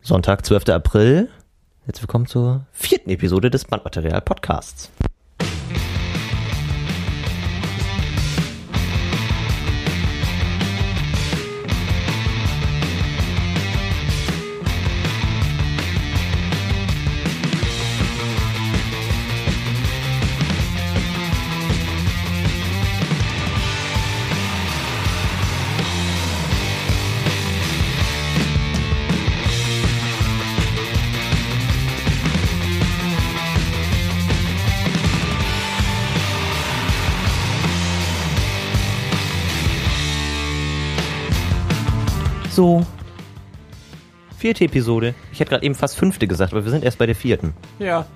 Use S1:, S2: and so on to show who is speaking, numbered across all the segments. S1: Sonntag, 12. April. Jetzt willkommen zur vierten Episode des Bandmaterial Podcasts. So. Vierte Episode. Ich hätte gerade eben fast fünfte gesagt, aber wir sind erst bei der vierten.
S2: Ja,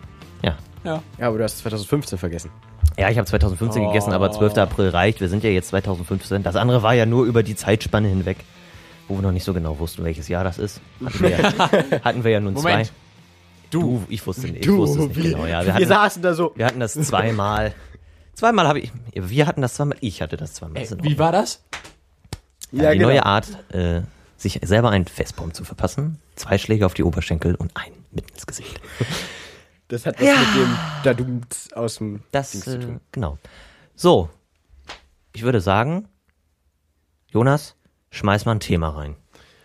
S1: Ja.
S2: ja.
S3: Ja, aber du hast 2015 vergessen.
S1: Ja, ich habe 2015 gegessen, aber 12. April reicht. Wir sind ja jetzt 2015. Das andere war ja nur über die Zeitspanne hinweg, wo wir noch nicht so genau wussten, welches Jahr das ist. Hatten wir ja, hatten wir ja nun
S2: Moment.
S1: zwei. Du, ich wusste nicht, ich wusste es nicht genau. Ja, wir,
S3: wir,
S1: hatten,
S3: saßen da so.
S1: wir hatten das zweimal. Zweimal habe ich. Wir hatten das zweimal. Ich hatte das zweimal.
S2: Ey,
S1: Das ist in
S2: Äh, wie war das?
S1: Ja, die
S3: genau.
S1: neue Art, äh, sich selber einen Festbaum zu verpassen. Zwei Schläge auf die Oberschenkel und einen mitten ins Gesicht.
S3: Das hat was mit dem Dadumts aus dem
S1: Das,
S3: Dings
S1: äh,
S3: zu tun.
S1: genau. So, ich würde sagen, Jonas, schmeiß mal ein Thema rein.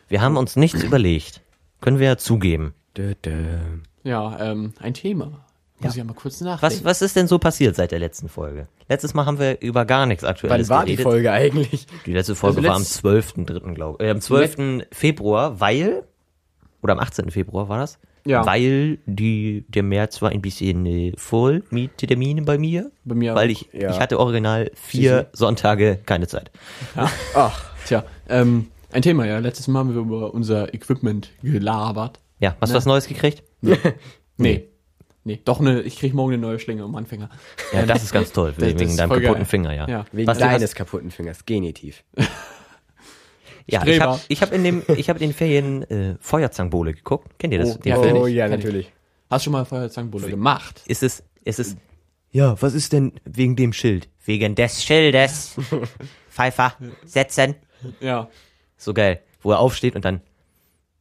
S1: Wir haben uns nichts überlegt. Können wir ja zugeben.
S3: Dö, dö.
S2: Ja, ähm, ein Thema. Muss ich ja mal kurz nachdenken.
S1: Was, was ist denn so passiert seit der letzten Folge? Letztes Mal haben wir über gar nichts
S3: Wann
S1: aktuelles
S3: war die
S1: geredet.
S3: Folge eigentlich?
S1: Die letzte Folge
S3: Also
S1: war am
S3: letzt-
S1: 12.3., glaube ich. Äh, am 12. Februar, weil, oder am 18. Februar war das,
S2: Ja.
S1: weil die, der März war ein bisschen äh, voll mit Terminen bei mir.
S2: Bei mir
S1: Weil
S2: auch,
S1: ich,
S3: ja.
S1: ich hatte original vier Sonntage keine Zeit.
S3: Ach,
S2: Tja, ähm, ein Thema, ja. Letztes Mal haben wir über unser Equipment gelabert.
S1: Ja, hast du
S2: Ne?
S1: was Neues gekriegt?
S2: Nee. Nee, doch eine, ich krieg morgen eine neue Schlinge um Anfänger.
S1: Ja, das ist ganz toll,
S2: das
S1: wegen
S2: ist
S1: deinem
S2: voll
S1: kaputten
S2: geil.
S1: Finger, ja.
S2: Ja.
S3: wegen
S1: Was-
S3: deines kaputten Fingers, genitiv.
S1: ja ich
S2: Streber.
S1: habe ich hab in, dem- ich hab in den Ferien äh, Feuerzangenbowle geguckt. Kennt ihr das?
S2: Oh,
S1: den
S2: ja,
S1: Film?
S2: kenn
S3: oh
S2: ich,
S3: ja,
S2: kenn ich.
S3: natürlich.
S2: Hast du schon mal Feuerzangenbulle gemacht?
S1: Ist es, ist es, ja, was ist denn wegen dem Schild? Wegen des Schildes. Pfeifer, setzen.
S2: Ja.
S1: So geil. Wo er aufsteht und dann,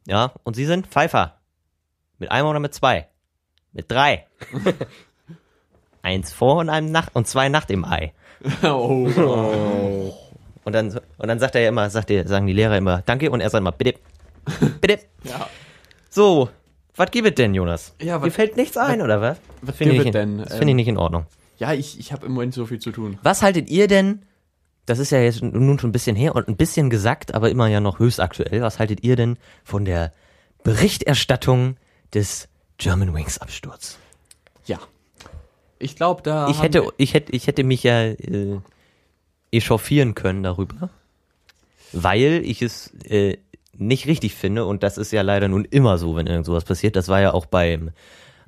S1: ja, und sie sind Pfeifer. Mit einem oder mit zwei? Mit drei. Eins vor und einem nach und zwei nach dem Ei.
S2: Oh, oh.
S1: Und dann, so- und dann sagt er ja immer, sagt er, sagen die Lehrer immer, danke, und er sagt immer, bitte, bitte.
S2: Ja.
S1: So, was gibt es denn, Jonas?
S2: Ja,
S1: Dir
S2: was-
S1: fällt nichts ein, oder was?
S2: was
S1: Finde ich, nicht
S2: gibt es
S1: in-
S2: denn? Ähm,
S1: das finde ich nicht in Ordnung.
S2: Ja, ich, ich habe im Moment so viel zu tun.
S1: Hm. Was haltet ihr denn, das ist ja jetzt nun schon ein bisschen her und ein bisschen gesagt, aber immer ja noch höchst aktuell, was haltet ihr denn von der Berichterstattung des German Wings Absturz?
S2: Ja. Ich glaube, da.
S1: Ich
S2: haben
S1: hätte,
S2: wir-
S1: ich hätte, ich hätte mich ja äh, echauffieren können darüber, weil ich es äh, nicht richtig finde und das ist ja leider nun immer so, wenn irgend sowas passiert. Das war ja auch beim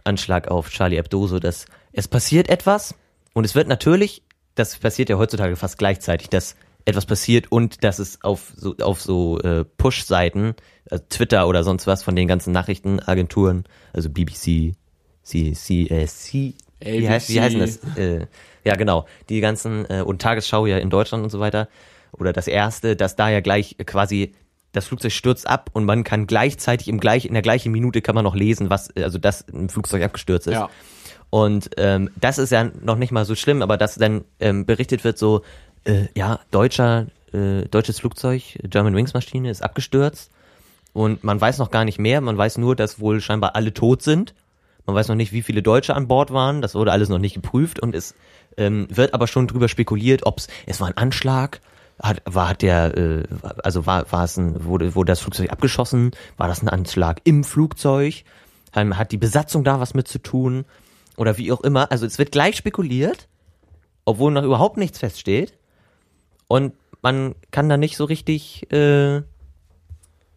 S1: Anschlag auf Charlie Hebdo so, dass es passiert etwas und es wird natürlich, das passiert ja heutzutage fast gleichzeitig, dass etwas passiert und dass es auf so, auf so äh, Push-Seiten, also Twitter oder sonst was von den ganzen Nachrichtenagenturen, also BBC, C, C, äh, C, wie, heißt, wie heißen das? Äh, ja, genau. Die ganzen äh, und Tagesschau ja in Deutschland und so weiter. Oder das erste, dass da ja gleich quasi das Flugzeug stürzt ab und man kann gleichzeitig im gleich in der gleichen Minute kann man noch lesen, was äh, also das im Flugzeug abgestürzt ist.
S2: Ja.
S1: Und ähm, das ist ja noch nicht mal so schlimm, aber dass dann ähm, berichtet wird, so, äh, ja, deutscher, äh, deutsches Flugzeug, German Wings Maschine ist abgestürzt und man weiß noch gar nicht mehr, man weiß nur, dass wohl scheinbar alle tot sind. Man weiß noch nicht, wie viele Deutsche an Bord waren, das wurde alles noch nicht geprüft und es ähm, wird aber schon drüber spekuliert, ob es, es war ein Anschlag, hat, war hat der, äh, also war, war es ein, wurde, wurde das Flugzeug abgeschossen, war das ein Anschlag im Flugzeug, Ähm, hat die Besatzung da was mit zu tun? oder wie auch immer. Also es wird gleich spekuliert, obwohl noch überhaupt nichts feststeht. Und man kann da nicht so richtig, äh,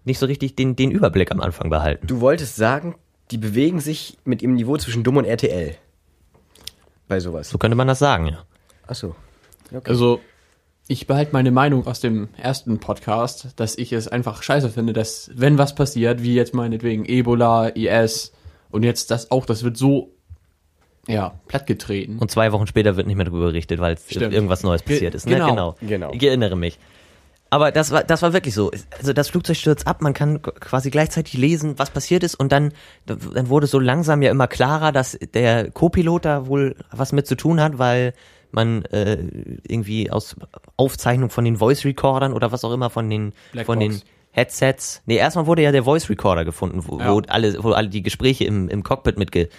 S1: nicht so richtig den, den Überblick am Anfang behalten.
S3: Du wolltest sagen, die bewegen sich mit ihrem Niveau zwischen dumm und RTL. Bei sowas.
S1: So könnte man das sagen, ja.
S3: Achso.
S2: Also, ich behalte meine Meinung aus dem ersten Podcast, dass ich es einfach scheiße finde, dass, wenn was passiert, wie jetzt meinetwegen Ebola, IS und jetzt das auch, das wird so, ja, plattgetreten.
S1: Und zwei Wochen später wird nicht mehr darüber berichtet, weil es
S2: Stimmt.
S1: irgendwas Neues
S2: Ge-
S1: passiert ist.
S2: genau,
S1: ne? genau.
S3: genau.
S1: Ich erinnere mich. Aber das war, das war wirklich so. Also das Flugzeug stürzt ab, man kann qu- quasi gleichzeitig lesen, was passiert ist und dann, dann wurde so langsam ja immer klarer, dass der Co-Pilot da wohl was mit zu tun hat, weil man äh, irgendwie aus Aufzeichnung von den Voice Recordern oder was auch immer von den
S2: Blackbox.
S1: von den Headsets. Nee, erstmal wurde ja der Voice Recorder gefunden, wo, wo
S2: Ja.
S1: alle wo alle die Gespräche im, im Cockpit mitge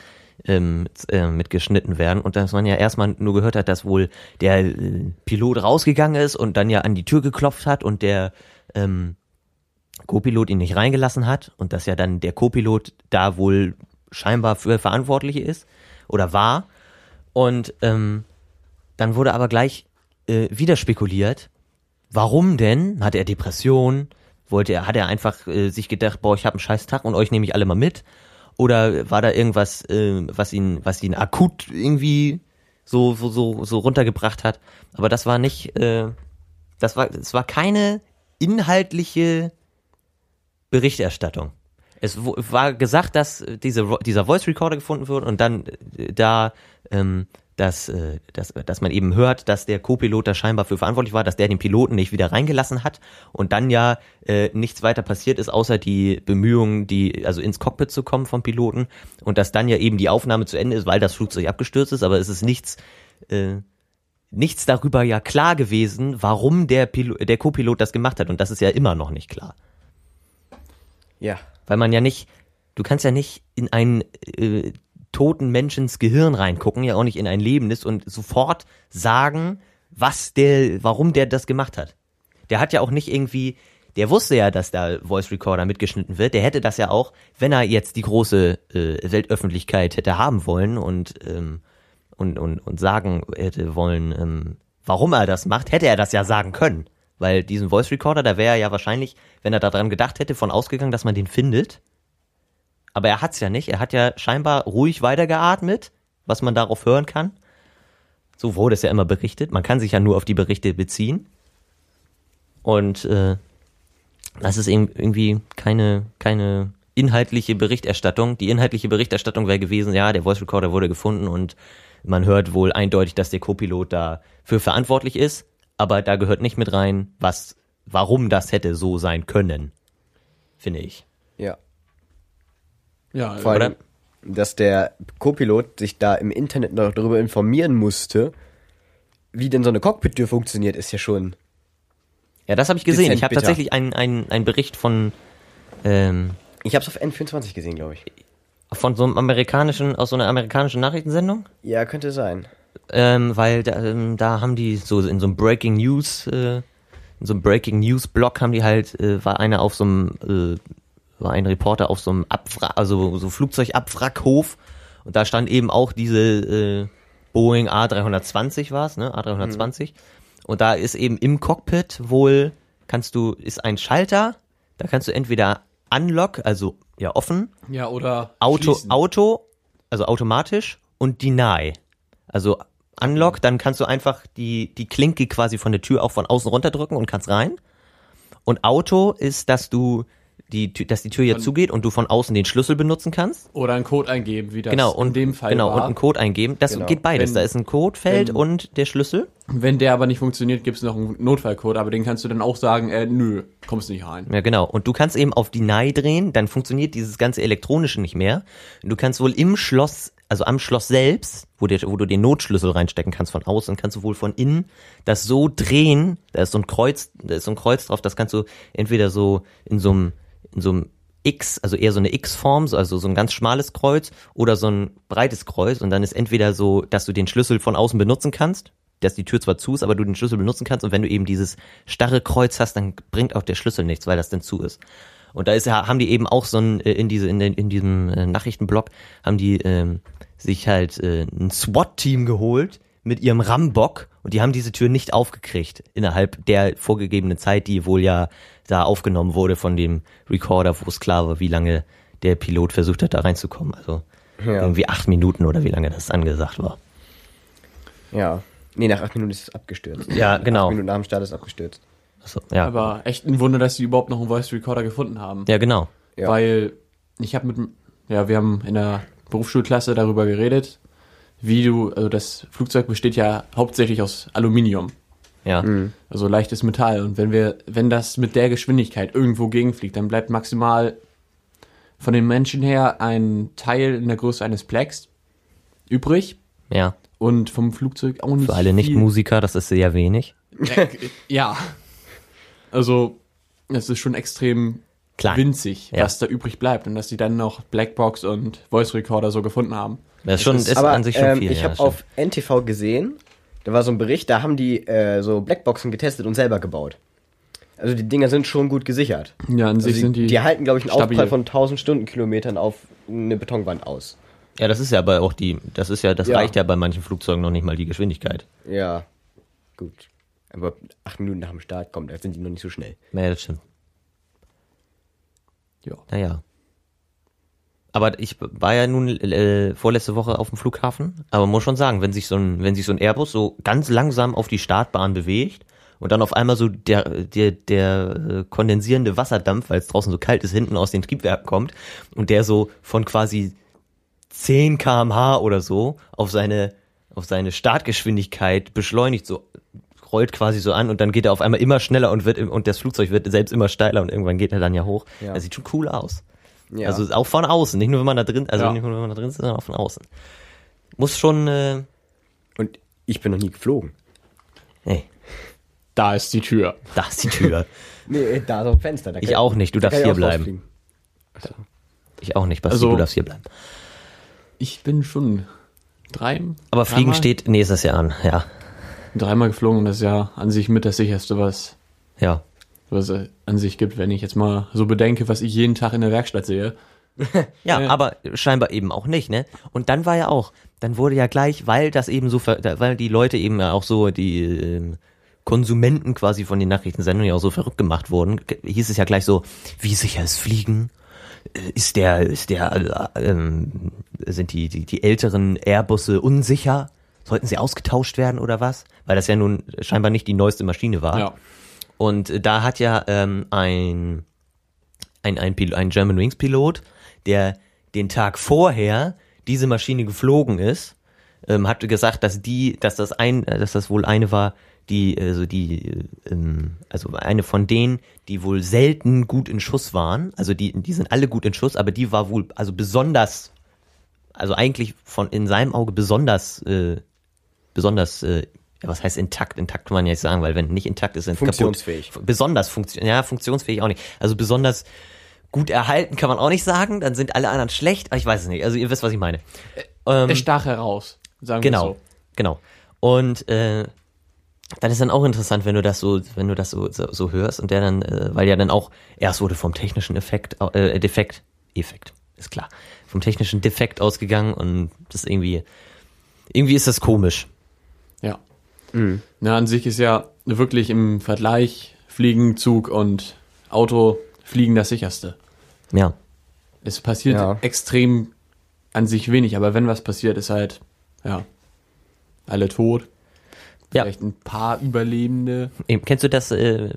S1: ähm, z- äh, mitgeschnitten werden und dass man ja erstmal nur gehört hat, dass wohl der äh, Pilot rausgegangen ist und dann ja an die Tür geklopft hat und der ähm, Co-Pilot ihn nicht reingelassen hat und dass ja dann der Co-Pilot da wohl scheinbar für verantwortlich ist oder war und ähm, dann wurde aber gleich äh, wieder spekuliert, warum denn? Hat er Depression? Wollte er, hat er einfach äh, sich gedacht, boah, ich habe einen scheiß Tag und euch nehme ich alle mal mit? Oder war da irgendwas, äh, was ihn, was ihn akut irgendwie so, so, so, so runtergebracht hat? Aber das war nicht, äh, das war, es war keine inhaltliche Berichterstattung. Es wo- war gesagt, dass äh, diese, Vo- dieser Voice Recorder gefunden wird und dann äh, da, ähm, dass, äh, dass, dass man eben hört, dass der Co-Pilot da scheinbar für verantwortlich war, dass der den Piloten nicht wieder reingelassen hat und dann ja äh, nichts weiter passiert ist, außer die Bemühungen, die, also ins Cockpit zu kommen vom Piloten und dass dann ja eben die Aufnahme zu Ende ist, weil das Flugzeug abgestürzt ist, aber es ist nichts, äh, nichts darüber ja klar gewesen, warum der, Pilo der Co-Pilot das gemacht hat und das ist ja immer noch nicht klar.
S3: Ja.
S1: Weil man ja nicht, du kannst ja nicht in einen äh, toten Menschens Gehirn reingucken, ja auch nicht in ein lebendes und sofort sagen, was der, warum der das gemacht hat. Der hat ja auch nicht irgendwie, der wusste ja, dass da Voice Recorder mitgeschnitten wird. Der hätte das ja auch, wenn er jetzt die große äh, Weltöffentlichkeit hätte haben wollen und, ähm, und, und, und sagen hätte wollen, ähm, warum er das macht, hätte er das ja sagen können. Weil diesen Voice Recorder, da wäre er ja wahrscheinlich, wenn er daran gedacht hätte, von ausgegangen, dass man den findet. Aber er hat's ja nicht. Er hat ja scheinbar ruhig weitergeatmet, was man darauf hören kann. So wurde es ja immer berichtet. Man kann sich ja nur auf die Berichte beziehen. Und äh, das ist eben irgendwie keine, keine inhaltliche Berichterstattung. Die inhaltliche Berichterstattung wäre gewesen, ja, der Voice Recorder wurde gefunden und man hört wohl eindeutig, dass der Co-Pilot dafür verantwortlich ist, aber da gehört nicht mit rein, was, warum das hätte so sein können, finde ich.
S3: Ja.
S2: Ja,
S3: Vor
S1: Oder?
S3: allem, dass der Co-Pilot sich da im Internet noch darüber informieren musste, wie denn so eine Cockpit-Tür funktioniert, ist ja schon.
S1: Ja, das habe ich gesehen.
S3: Dezent
S1: Ich habe
S3: bitter.
S1: tatsächlich einen, einen, einen Bericht von, ähm,
S3: Ich hab's auf N24 gesehen, glaube ich.
S1: von so einem amerikanischen, aus so einer amerikanischen Nachrichtensendung.
S3: Ja, könnte sein.
S1: ähm, weil da, ähm, da haben die so in so einem Breaking News, äh, in so einem Breaking News Blog haben die halt, äh, war einer auf so einem, äh, war ein Reporter auf so einem Abwra also so Flugzeugabwrackhof und da stand eben auch diese äh, Boeing A320 war's, ne, A320 und da ist eben im Cockpit wohl, kannst du, ist ein Schalter, da kannst du entweder Unlock, also ja offen,
S2: ja oder
S1: Auto,
S2: schließen.
S1: Auto, also automatisch und Deny. Also Unlock, dann kannst du einfach die, die Klinke quasi von der Tür auch von außen runterdrücken und kannst rein. Und Auto ist, dass du die, Tür- dass die Tür jetzt
S2: Von-
S1: zugeht und du von außen den Schlüssel benutzen kannst.
S2: oder einen Code eingeben, wie das
S1: Genau, und
S2: in dem Fall
S1: genau,
S2: war.
S1: und einen Code eingeben. Das
S3: Genau.
S1: geht beides.
S2: Wenn-
S1: da ist ein Codefeld
S2: wenn-
S1: und der Schlüssel.
S2: Wenn der aber nicht funktioniert, gibt es noch einen Notfallcode, aber den kannst du dann auch sagen, äh, nö, kommst nicht rein.
S1: Ja, genau. Und du kannst eben auf Deny drehen, dann funktioniert dieses ganze Elektronische nicht mehr. Und du kannst wohl im Schloss, also am Schloss selbst, wo, der, wo du den Notschlüssel reinstecken kannst von außen, kannst du wohl von innen das so drehen, da ist so ein Kreuz, da ist so ein Kreuz drauf, das kannst du entweder so in so einem, in so einem X, also eher so eine X-Form, so- also so ein ganz schmales Kreuz oder so ein breites Kreuz und dann ist entweder so, dass du den Schlüssel von außen benutzen kannst, dass die Tür zwar zu ist, aber du den Schlüssel benutzen kannst und wenn du eben dieses starre Kreuz hast, dann bringt auch der Schlüssel nichts, weil das dann zu ist. Und da ist ja, haben die eben auch so ein, äh, in diese, in, den, in diesem äh, Nachrichtenblock haben die ähm, sich halt äh, ein SWAT-Team geholt mit ihrem Rambock und die haben diese Tür nicht aufgekriegt innerhalb der vorgegebenen Zeit, die wohl ja da aufgenommen wurde von dem Recorder, wo es klar war, wie lange der Pilot versucht hat, da reinzukommen. Also
S3: Ja.
S1: irgendwie acht Minuten oder wie lange das angesagt war.
S3: Ja. Nee, nach acht Minuten ist es abgestürzt.
S1: Ja, genau.
S3: Acht Minuten nach dem Start ist es abgestürzt.
S1: So, Also, ja.
S2: Aber echt ein Wunder, dass sie überhaupt noch einen Voice Recorder gefunden haben.
S1: ja, genau.
S3: Ja.
S2: Weil ich habe mit, dem- ja, wir haben in der Berufsschulklasse darüber geredet, wie du, also das Flugzeug besteht ja hauptsächlich aus Aluminium.
S1: Ja.
S3: Mhm.
S2: Also leichtes Metall. Und wenn wir, wenn das mit der Geschwindigkeit irgendwo gegenfliegt, dann bleibt maximal von den Menschen her ein Teil in der Größe eines Plex übrig.
S1: Ja.
S2: Und vom Flugzeug auch nicht.
S1: Für alle Nicht-Musiker, das ist sehr wenig.
S2: Äh, ja. Also, es ist schon extrem
S1: Klein.
S2: winzig,
S1: Ja.
S2: was da übrig bleibt. Und dass die dann noch Blackbox und Voice Recorder so gefunden haben.
S1: Das ist schon,
S2: ist-
S1: ist
S3: Aber
S1: an sich schon
S3: ähm,
S1: viel.
S3: ich
S1: ja,
S3: habe
S1: stimmt.
S3: auf NTV gesehen, da war so ein Bericht, da haben die äh, so Blackboxen getestet und selber gebaut. Also die Dinger sind schon gut gesichert.
S2: Ja, an sich
S3: Also
S2: sind die.
S3: die halten, glaube ich, einen
S2: stabil.
S3: Aufprall von 1000 Stundenkilometern auf eine Betonwand aus.
S1: ja, das ist ja aber auch die, das ist ja, das
S3: Ja.
S1: reicht ja bei manchen Flugzeugen noch nicht mal die Geschwindigkeit.
S3: Ja, gut. Aber acht Minuten nach dem Start kommt, da sind die noch nicht so schnell.
S1: Ja, das stimmt.
S2: Ja.
S1: Naja. Aber ich war ja nun äh, vorletzte Woche auf dem Flughafen, aber muss schon sagen, wenn sich so ein, wenn sich so ein Airbus so ganz langsam auf die Startbahn bewegt und dann auf einmal so der, der, der äh, kondensierende Wasserdampf, weil es draußen so kalt ist, hinten aus den Triebwerken kommt und der so von quasi 10 kmh oder so auf seine, auf seine Startgeschwindigkeit beschleunigt, so rollt quasi so an und dann geht er auf einmal immer schneller und wird im- und das Flugzeug wird selbst immer steiler und irgendwann geht er dann ja hoch.
S3: Ja.
S1: Das sieht schon cool aus.
S3: Ja.
S1: Also auch von außen, nicht nur wenn man da drin, also
S2: Ja.
S1: nicht nur wenn man da drin ist, sondern auch von außen. Muss schon, äh,
S3: Und ich bin noch nie geflogen.
S1: nee,
S2: Da ist die Tür.
S1: da ist die Tür.
S3: Nee, da ist auch ein Fenster. Da
S1: Ich
S3: kann-
S1: auch nicht, du
S3: da
S1: darfst
S3: kann ich
S1: hier
S3: auch
S1: bleiben.
S3: rausfliegen.
S1: ich auch nicht, Basti,
S2: Also-
S1: du darfst hier bleiben.
S2: Ich bin schon drei.
S1: Aber Fliegen
S2: dreimal-
S1: steht nächstes Jahr an, ja.
S2: Dreimal geflogen und das ist ja an sich mit das sicherste, was,
S1: Ja.
S2: was es an sich gibt, wenn ich jetzt mal so bedenke, was ich jeden Tag in der Werkstatt sehe.
S1: Ja,
S2: Ja.
S1: aber scheinbar eben auch nicht, ne? Und dann war ja auch, dann wurde ja gleich, weil das eben so, ver da- weil die Leute eben ja auch so, die ähm, Konsumenten quasi von den Nachrichtensendungen ja auch so verrückt gemacht wurden, g- hieß es ja gleich so, wie sicher ist Fliegen? Äh, Ist der, ist der, äh, ähm, sind die, die, die älteren Airbusse unsicher? Sollten sie ausgetauscht werden oder was? Weil das ja nun scheinbar nicht die neueste Maschine war.
S2: Ja.
S1: Und äh, da hat ja ähm, ein, ein, ein, Pil ein German Wings Pilot, der den Tag vorher diese Maschine geflogen ist, ähm, hat gesagt, dass die, dass das ein, äh, dass das wohl eine war, die, also die, äh, ähm, also eine von denen, die wohl selten gut in Schuss waren. Also die, die sind alle gut in Schuss, aber die war wohl, also besonders, also eigentlich von in seinem Auge besonders, äh, besonders, äh, ja, was heißt intakt? Intakt kann man ja nicht sagen, weil wenn nicht intakt ist, dann kaputt.
S3: Funktionsfähig.
S1: Besonders funktioniert, ja, funktionsfähig auch nicht. Also besonders gut erhalten kann man auch nicht sagen, dann sind alle anderen schlecht, aber ich weiß es nicht. Also ihr wisst, was ich meine.
S2: Er stach heraus, sagen wir
S1: ähm, Genau,
S2: so.
S1: genau. Und äh, dann ist dann auch interessant, wenn du das so, wenn du das so, so, so hörst und der dann, äh, weil ja dann auch erst wurde vom technischen Effekt, äh, Defekt, Effekt, ist klar, vom technischen Defekt ausgegangen und das ist irgendwie, irgendwie ist das komisch.
S2: Ja.
S1: Mhm.
S2: Na, an sich ist ja wirklich im Vergleich Fliegen, Zug und Auto Fliegen das sicherste.
S1: Ja,
S2: Es passiert
S3: Ja.
S2: extrem an sich wenig, aber wenn was passiert, ist halt, ja, alle tot.
S1: Ja.
S2: Vielleicht ein paar Überlebende.
S1: eben, kennst du das? Äh,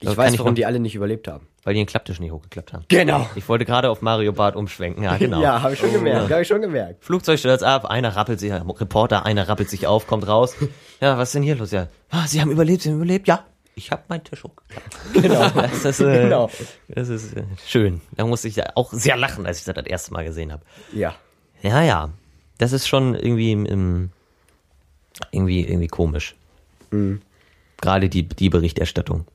S3: Ich
S1: kann
S3: weiß, warum
S1: noch-
S3: die alle nicht überlebt haben.
S1: weil die den Klapptisch nicht hochgeklappt haben.
S3: Genau.
S1: Ich wollte gerade auf Mario Bart umschwenken. Ja, genau.
S3: Ja, habe ich schon gemerkt, habe ich schon gemerkt.
S1: Flugzeug stürzt ab, einer rappelt sich, Reporter, einer rappelt sich auf, kommt raus. Ja, was ist denn hier los? Ja, ah, sie haben überlebt, sie haben überlebt. Ja, ich habe meinen Tisch hochgeklappt. Genau. Das ist, äh,
S3: Genau.
S1: das ist äh, schön. Da musste ich ja auch sehr lachen, als ich das das erste Mal gesehen habe.
S3: Ja.
S1: Ja, ja. Das ist schon irgendwie im, im, irgendwie, irgendwie komisch. Gerade die, die Berichterstattung.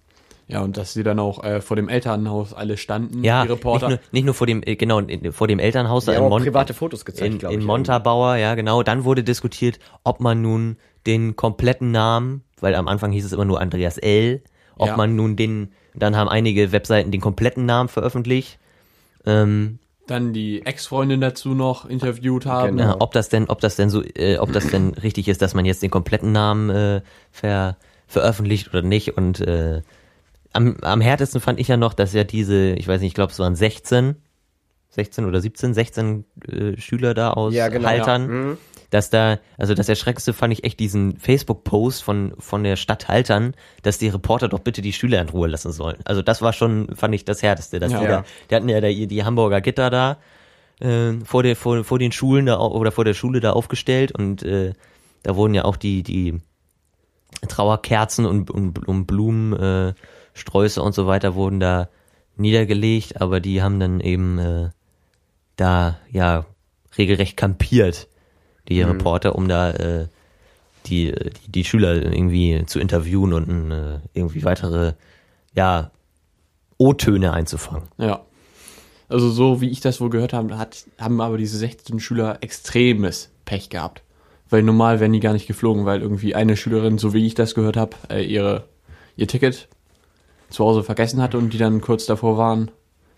S2: Ja, und dass sie dann auch äh, vor dem Elternhaus alle standen,
S1: Ja,
S2: die Reporter.
S1: Nicht, nur, nicht nur vor dem, äh, genau, in- vor dem Elternhaus da
S3: Die
S1: in
S3: haben auch
S1: Mon
S3: private Fotos gezeigt,
S1: in,
S3: glaube
S1: in
S3: ich.
S1: Montabaur, ja genau. Dann wurde diskutiert, ob man nun den kompletten Namen, weil am Anfang hieß es immer nur Andreas L., ob
S2: Ja.
S1: man nun den, dann haben einige Webseiten den kompletten Namen veröffentlicht, ähm,
S2: Dann die Ex-Freundin dazu noch interviewt haben.
S3: Genau.
S1: ja, Äh, ob das denn, ob das denn so, äh, ob das denn richtig ist, dass man jetzt den kompletten Namen äh, ver, veröffentlicht oder nicht. Und äh, am, am härtesten fand ich ja noch, dass ja diese, ich weiß nicht, ich glaube, es waren 16, 16 oder 17, 16 äh, Schüler da aus
S3: Ja, genau, ja.
S1: Haltern, dass da, also das Erschreckendste fand ich echt diesen Facebook-Post von, von der Stadt Haltern, dass die Reporter doch bitte die Schüler in Ruhe lassen sollen. Also das war schon, fand ich das Härteste, dass
S2: Ja.
S1: die
S3: Ja.
S1: da, die hatten ja da ihr- die Hamburger Gitter da, äh, vor, der, vor, vor den Schulen da au- oder vor der Schule da aufgestellt und äh, da wurden ja auch die, die Trauerkerzen und, und, und Blumensträuße äh, Sträuße und so weiter wurden da niedergelegt, aber die haben dann eben äh, da ja regelrecht kampiert, die Reporter, um da äh, die, die, die Schüler irgendwie zu interviewen und äh, irgendwie weitere ja, O-Töne einzufangen.
S2: Ja. Also so wie ich das wohl gehört habe, hat, haben aber diese 16 Schüler extremes Pech gehabt. Weil normal wären die gar nicht geflogen, weil irgendwie eine Schülerin, so wie ich das gehört habe, äh, ihre, ihr Ticket zu Hause vergessen hatte und die dann kurz davor waren,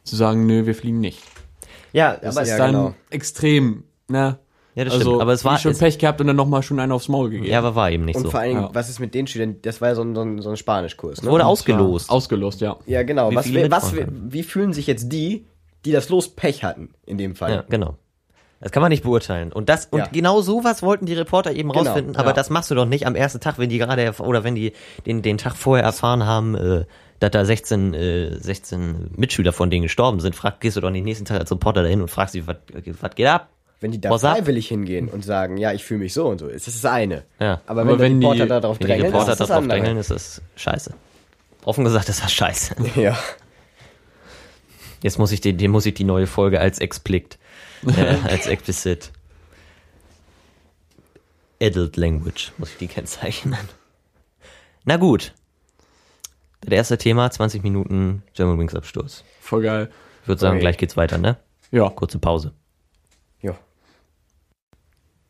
S2: zu sagen, nö, wir fliegen nicht.
S1: Ja,
S3: Das
S1: aber es,
S3: ist
S2: Ist
S3: Ja,
S2: dann
S3: genau.
S2: extrem, ne?
S1: ja, das
S2: also,
S1: stimmt. Aber es war,
S2: schon
S1: es,
S2: Pech gehabt und dann nochmal schon einen aufs Maul gegeben.
S1: ja, aber war eben nicht
S3: Und
S1: so.
S3: vor allen Dingen,
S2: Ja.
S3: was ist mit den Schülern? Das war ja so ein, so ein, so ein Spanischkurs, ne?
S1: Wurde
S2: Und zwar
S1: ausgelost.
S2: Ausgelost, ja.
S3: Ja, genau.
S1: Wie
S3: was,
S1: viele
S3: wir- was, wir-
S1: mitmachen
S3: wie fühlen sich jetzt die, die das Los Pech hatten, in dem Fall?
S1: Ja, genau. Das kann man nicht beurteilen. Und das, und
S3: Ja.
S1: genau sowas wollten die Reporter eben
S3: Genau,
S1: rausfinden, aber
S2: ja.
S1: das machst du doch nicht am ersten Tag, wenn die gerade erf- oder wenn die den, den Tag vorher erfahren haben, äh, dass da 16, äh, 16 Mitschüler von denen gestorben sind, frag, gehst du doch den nächsten Tag als Reporter dahin und fragst sie, was was geht ab?
S3: Wenn die da
S1: Was ab?
S3: freiwillig hingehen und sagen, ja, ich fühle mich so und so, ist das das eine.
S1: Ja.
S3: Aber,
S2: Aber
S3: wenn,
S2: wenn
S3: die Reporter
S2: die-
S3: da drauf
S1: Wenn die
S3: drängen,
S1: Reporter
S3: ist das
S1: darauf
S3: andere.
S1: drängeln, ist das scheiße. Offen gesagt, das war scheiße.
S3: Ja.
S1: Jetzt muss ich die, die muss ich die neue Folge als explikt, äh, als explicit. Adult Language muss ich die kennzeichnen. Na gut. Das erste Thema, 20 Minuten German Wings Absturz.
S2: Voll geil.
S1: Ich würde sagen,
S3: Okay.
S1: gleich geht's weiter, ne?
S2: Ja,
S1: Kurze Pause.
S3: Jo.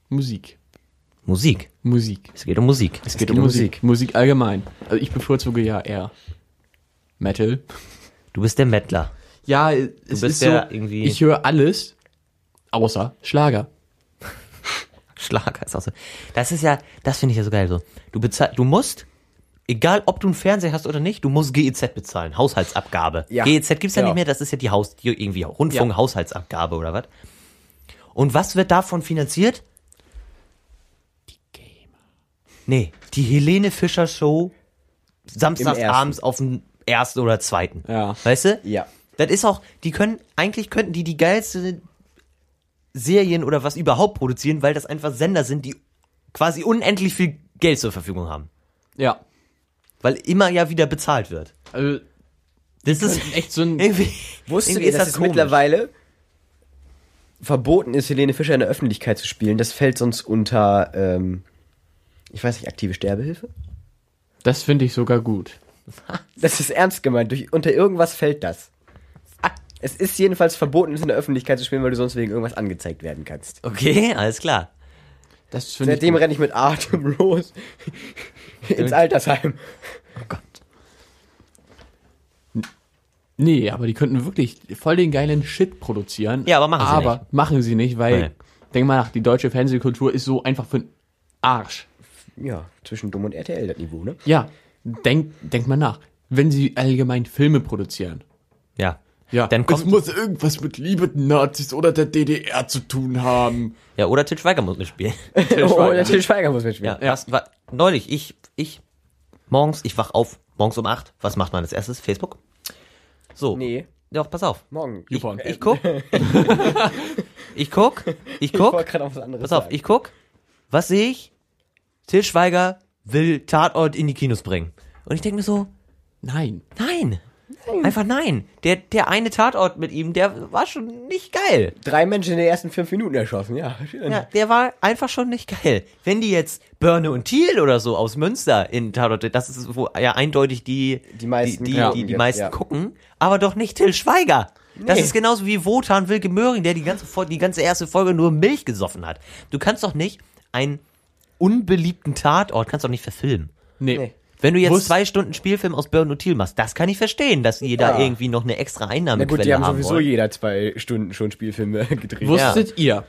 S2: Musik.
S1: Musik.
S2: Musik.
S1: Es geht um Musik.
S2: Es geht, um Musik. Musik allgemein. Also ich bevorzuge ja eher Metal.
S1: Du bist der Mettler.
S2: Ja, es
S1: bist
S2: ist
S1: ja
S2: so,
S1: irgendwie-
S2: ich höre alles, außer Schlager.
S1: Schlager ist auch so. Das ist ja, das finde ich ja so geil so. Du bezahlst, du musst, egal ob du einen Fernseher hast oder nicht, du musst GEZ bezahlen, Haushaltsabgabe.
S3: Ja.
S1: GEZ gibt's ja,
S3: Ja.
S1: nicht mehr, das ist ja die Haus, die irgendwie Rundfunk,
S2: Ja.
S1: Haushaltsabgabe oder was. Und was wird davon finanziert? Die Gamer. Nee, die Helene Fischer Show samstagsabends auf dem ersten oder zweiten.
S2: Ja.
S1: Weißt du?
S3: Ja.
S1: Das ist auch, die können, eigentlich könnten die die geilste Serien oder was überhaupt produzieren, weil das einfach Sender sind, die quasi unendlich viel Geld zur Verfügung haben.
S2: Ja.
S1: Weil immer ja wieder bezahlt wird.
S2: Also
S1: Das ist
S2: echt so ein
S1: irgendwie.
S3: Wusstet
S1: irgendwie
S3: ihr, dass es
S1: komisch.
S3: mittlerweile verboten ist, Helene Fischer in der Öffentlichkeit zu spielen? Das fällt sonst unter, ähm, ich weiß nicht, aktive Sterbehilfe?
S2: Das finde ich sogar gut.
S3: Das ist ernst gemeint. Durch, unter irgendwas fällt das. Es ist jedenfalls verboten, es in der Öffentlichkeit zu spielen, weil du sonst wegen irgendwas angezeigt werden kannst.
S1: Okay, alles klar.
S2: Das finde ich
S3: Seitdem
S2: gut.
S3: renne ich mit Atem los ins Altersheim.
S1: Oh Gott.
S2: Nee, aber die könnten wirklich voll den geilen Shit produzieren.
S1: Ja, aber machen sie
S2: Aber machen sie nicht, weil,
S1: Nee.
S2: denk mal nach, die deutsche Fernsehkultur ist so einfach für den Arsch.
S3: Ja, zwischen Dumm und RTL, das Niveau, ne?
S2: Ja, denk, denk mal nach. Wenn sie allgemein Filme produzieren.
S1: Ja.
S2: Ja,
S1: Dann kommt-
S2: es muss irgendwas mit Liebe den Nazis oder der DDR zu tun haben.
S1: Ja, oder Til Schweiger muss mitspielen.
S3: Oh, der Till Schweiger muss mitspielen.
S1: Ja, Was, wa- neulich, ich, ich, morgens, ich wach auf, morgens um acht. Was macht man als erstes? Facebook? So.
S3: Nee.
S1: Doch, pass auf.
S3: Morgen.
S2: Ich- Youporn.
S1: Ich guck. ich guck. Ich
S3: Ich wollte
S1: guck.
S3: gerade auf was anderes
S1: Pass auf,
S3: sagen.
S1: ich guck. Was sehe ich? Till Schweiger will Tatort in die Kinos bringen. Und ich denke mir so,
S2: Nein.
S1: nein. Einfach nein. Der, der eine Tatort mit ihm, der war schon nicht geil.
S3: Drei Menschen in den ersten fünf Minuten erschossen, ja. schön.
S1: Ja, der war einfach schon nicht geil. Wenn die jetzt Börne und Thiel oder so aus Münster in Tatort, das ist wo ja eindeutig die,
S3: Die meisten
S1: die, die,
S3: gucken
S1: die, die
S3: jetzt,
S1: meisten
S3: ja.
S1: gucken, aber doch nicht Till Schweiger. Das
S3: Nee.
S1: ist genauso wie Wotan Wilke Möhring, der die ganze, Fol- die ganze erste Folge nur Milch gesoffen hat. Du kannst doch nicht einen unbeliebten Tatort, kannst doch nicht verfilmen.
S2: Nee.
S3: Nee.
S1: Wenn du jetzt
S2: Wusst-
S1: zwei Stunden Spielfilm aus Börne und Thiel machst, das kann ich verstehen, dass jeder
S3: Ja.
S1: irgendwie noch eine extra
S3: Na
S1: Einnahmequelle
S3: gut, die haben
S1: haben
S3: sowieso
S1: wollen.
S3: jeder zwei Stunden schon Spielfilme gedreht.
S2: Wusstet ihr,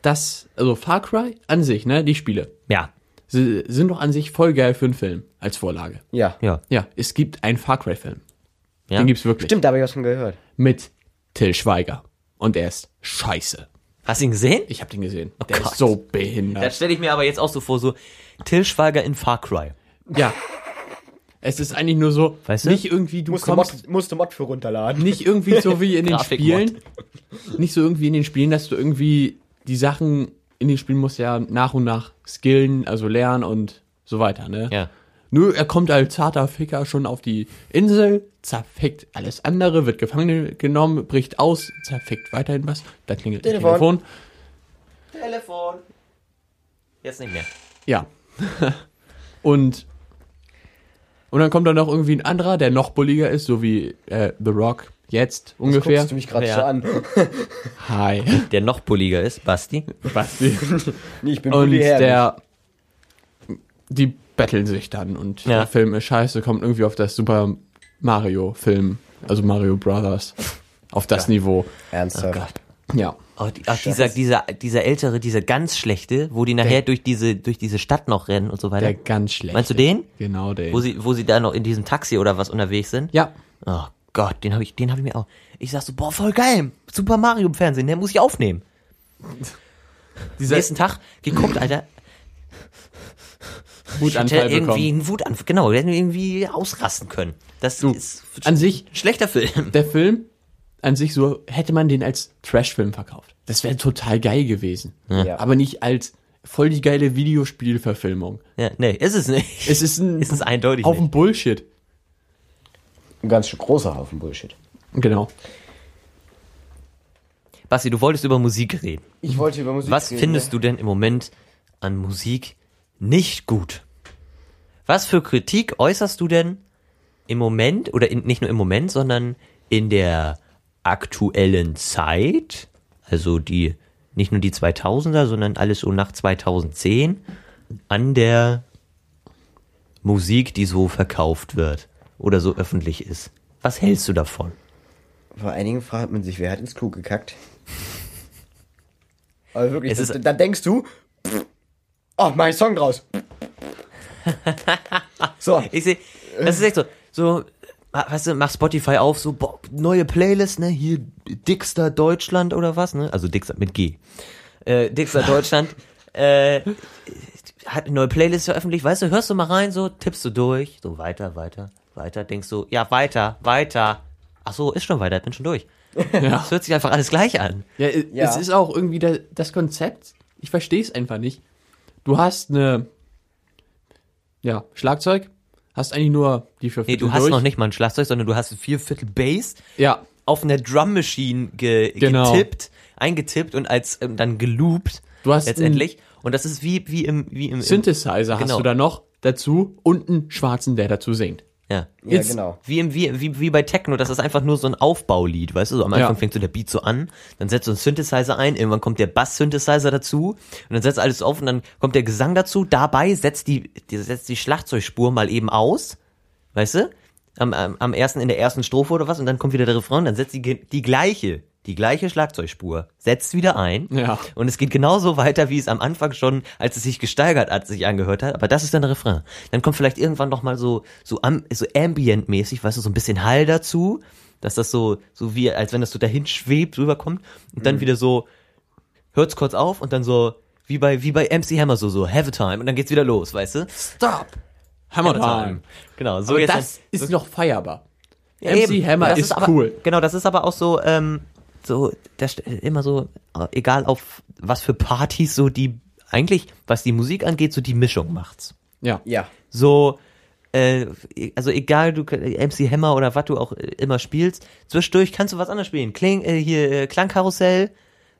S2: dass, also Far Cry an sich, ne, die Spiele,
S1: Ja,
S2: si- sind doch an sich voll geil für einen Film als Vorlage.
S3: Ja.
S1: ja,
S2: Ja, es gibt einen Far Cry-Film.
S1: ja.
S2: Den gibt's wirklich.
S3: Stimmt, da habe ich was von gehört.
S2: Mit Till Schweiger. Und er ist scheiße. Oh
S1: Hast du ihn gesehen?
S2: Ich habe den gesehen. der
S1: Gott.
S2: ist so
S1: Das
S2: behindert.
S1: stelle ich mir aber jetzt auch so vor, so Till Schweiger in Far Cry.
S2: ja. Es ist eigentlich nur so,
S1: Weißt du?
S2: nicht irgendwie, du
S3: Musst du,
S2: kommst
S3: Mod, musst du Mod für runterladen.
S2: nicht irgendwie so wie in den
S1: Grafikmod.
S2: Spielen, nicht so irgendwie in den Spielen, dass du irgendwie die Sachen in den Spielen musst ja nach und nach skillen, also lernen und so weiter, ne?
S1: Ja.
S2: Nö, er kommt als zarter Ficker schon auf die Insel, zerfickt alles andere, wird gefangen genommen, bricht aus, zerfickt weiterhin was. Da klingelt das
S3: Telefon.
S2: Telefon.
S1: Telefon. Jetzt nicht mehr.
S2: Ja. und, und dann kommt dann noch irgendwie ein anderer, der noch bulliger ist, so wie äh, The Rock jetzt ungefähr.
S3: Guckst du mich gerade
S1: Ja.
S3: so an?
S2: Hi,
S1: Der noch bulliger ist, Basti.
S2: Basti.
S3: Nee, ich bin
S2: und
S3: Bulli Herrlich.
S2: der, die betteln sich dann und
S1: Ja.
S2: der Film ist scheiße, kommt irgendwie auf das Super Mario Film, also Mario Brothers, auf das Niveau.
S3: Ernsthaft.
S2: Ja.
S1: Oh, die, ach, dieser, dieser, dieser ältere, dieser ganz schlechte, wo die nachher durch diese, durch diese Stadt noch rennen und so weiter.
S2: Der ganz schlecht.
S1: Meinst du den?
S2: Genau den.
S1: Wo sie, wo sie da noch in diesem Taxi oder was unterwegs sind?
S2: ja.
S1: Oh Gott, den habe ich, den habe ich mir auch. Ich sag so, boah, voll geil. Super Mario im Fernsehen, den muss ich aufnehmen.
S2: Dieser
S1: Nächsten Tag geguckt, Alter, hätte
S2: Wutanfall
S1: irgendwie
S2: bekommen.
S1: einen Wutanfall, genau, der hätte irgendwie ausrasten können. Das
S2: Du,
S1: ist
S2: An sich,
S1: ein schlechter Film.
S2: der Film, an sich so, hätte man den als Trash-Film verkauft. Das wäre total geil gewesen.
S3: Ja.
S2: Aber nicht als voll die geile Videospielverfilmung.
S1: Ja, nee, ist es nicht.
S2: Es ist ein
S1: Ist es eindeutig
S2: Haufen Bullshit.
S3: Ein ganz schön großer Haufen Bullshit.
S2: Genau.
S1: Basti, du wolltest über Musik reden.
S3: Ich wollte über Musik
S1: Was
S3: reden,
S1: findest
S3: ne?
S1: du denn im Moment an Musik nicht gut? Was für Kritik äußerst du denn im Moment oder in, nicht nur im Moment, sondern in der aktuellen Zeit? Also die nicht nur die 2000er, sondern alles so nach 2010 an der Musik, die so verkauft wird oder so öffentlich ist. Was hältst du davon?
S3: Vor einigen fragt man sich, wer hat ins Klo gekackt? Aber wirklich,
S1: Es
S3: das-
S1: ist-
S3: da denkst du, pff, oh, mein Song draus. so,
S1: Ich sehe, das ist echt so, so, ma- weißt du, mach Spotify auf, so, boah, neue Playlist, ne, hier, Dickster Deutschland oder was, ne, also Dickster mit G. Äh, Dickster Deutschland, äh, hat eine neue Playlist veröffentlicht, weißt du, hörst du mal rein, so, tippst du durch, so, weiter, weiter, weiter, denkst du, ja, weiter, weiter. Ach so, ist schon weiter, ich bin schon durch.
S2: Ja.
S1: Es hört sich einfach alles gleich an.
S2: Ja, e-
S3: Ja.
S2: es ist auch irgendwie da, das Konzept. Ich verstehe es einfach nicht. Du hast eine, ja, Schlagzeug, hast eigentlich nur die vier
S1: Nee,
S2: Viertel
S1: du hast
S2: durch.
S1: noch ne- nicht mal ein Schlagzeug, sondern du hast ein Vierviertel Bass,
S2: Ja,
S1: auf einer Drum Machine ge
S2: Genau.
S1: getippt, eingetippt und als ähm, dann geloopt
S2: Du hast
S1: letztendlich. Und das ist wie, wie im, wie im, im
S2: Synthesizer
S1: Genau.
S2: hast du da noch dazu und einen Schwarzen, der dazu singt.
S1: ja.
S3: ja
S2: jetzt-
S3: genau.
S1: Wie, im, wie, wie, wie bei Techno, das ist einfach nur so ein Aufbaulied, weißt du? So, am Anfang
S2: Ja.
S1: fängt so der Beat so an, dann setzt so ein Synthesizer ein, irgendwann kommt der Bass-Synthesizer dazu und dann setzt alles auf und dann kommt der Gesang dazu. Dabei setzt die, die, setzt die Schlagzeugspur mal eben aus, weißt du? Am, am, am ersten, in der ersten Strophe oder was und dann kommt wieder der Refrain, dann setzt die, ge- die gleiche, die gleiche Schlagzeugspur, setzt wieder ein
S2: Ja.
S1: und es geht genauso weiter, wie es am Anfang schon, als es sich gesteigert hat, sich angehört hat. Aber das ist dann der Refrain. Dann kommt vielleicht irgendwann noch mal so so, am, so ambient-mäßig, weißt du, so ein bisschen Hall dazu, dass das so so wie als wenn das so dahin schwebt rüberkommt und
S2: Mhm.
S1: dann wieder so hört's kurz auf und dann so wie bei wie bei MC Hammer so so Have a Time und dann geht's wieder los, weißt du?
S2: Stop! Hammer Time.
S1: Genau. So
S2: Aber
S1: jetzt
S2: das
S1: dann-
S2: ist noch feierbar.
S1: ja,
S2: MC Hammer
S1: Das
S2: ist
S1: aber,
S2: cool.
S1: Genau, das ist aber auch so, ähm, so, das st- immer so, äh, egal auf was für Partys, so die, eigentlich, was die Musik angeht, so die Mischung macht's.
S2: Ja.
S1: also
S3: Ja,
S1: So, äh, also egal, du äh, MC Hammer oder was du auch äh, immer spielst, zwischendurch kannst du was anderes spielen. Kling, äh, hier äh, Klangkarussell,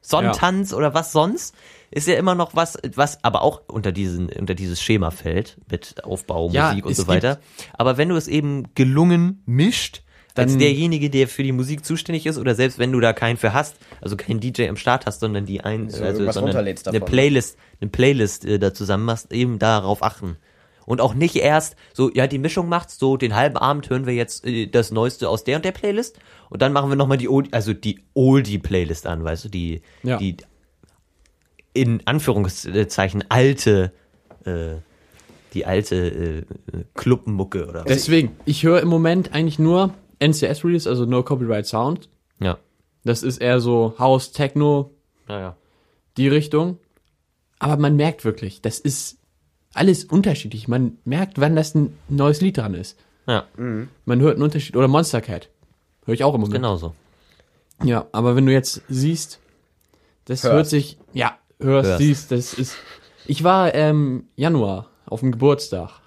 S1: Sonnentanz oder was sonst. Ist ja immer noch was, was aber auch unter diesen, unter dieses Schema fällt, mit Aufbau,
S2: Ja,
S1: Musik und
S2: es
S1: so weiter. Aber wenn du es eben gelungen mischt, als
S2: Dann-
S1: derjenige, der für die Musik zuständig ist, oder selbst wenn du da keinen für hast, also keinen DJ am Start hast, sondern die ein,
S3: So,
S1: also,
S3: irgendwas
S1: sondern
S3: runterlädst
S1: eine
S3: davon.
S1: Playlist, eine Playlist äh, da zusammen machst, eben darauf achten. Und auch nicht erst so, ja, die Mischung macht's, so den halben Abend hören wir jetzt äh, das Neueste aus der und der Playlist und dann machen wir nochmal die Old, also die Oldie-Playlist an, weißt du, die,
S2: Ja.
S1: die in Anführungszeichen alte, äh, die alte äh, äh, Clubmucke oder was.
S2: Deswegen, ich höre im Moment eigentlich nur NCS-Release, also No Copyright Sound.
S1: Ja.
S2: Das ist eher so House, Techno,
S1: Naja.
S2: die Richtung. Aber man merkt wirklich, das ist alles unterschiedlich. Man merkt, wann das ein neues Lied dran ist.
S1: Ja,
S2: Mhm. Man hört einen Unterschied. Oder Monster Cat. Höre ich auch im Moment.
S1: genauso.
S2: Ja, aber wenn du jetzt siehst, das
S3: Hörst.
S2: hört sich, ja, hörst,
S1: Hörst.
S2: siehst, das ist. Ich war ähm, Januar auf dem Geburtstag.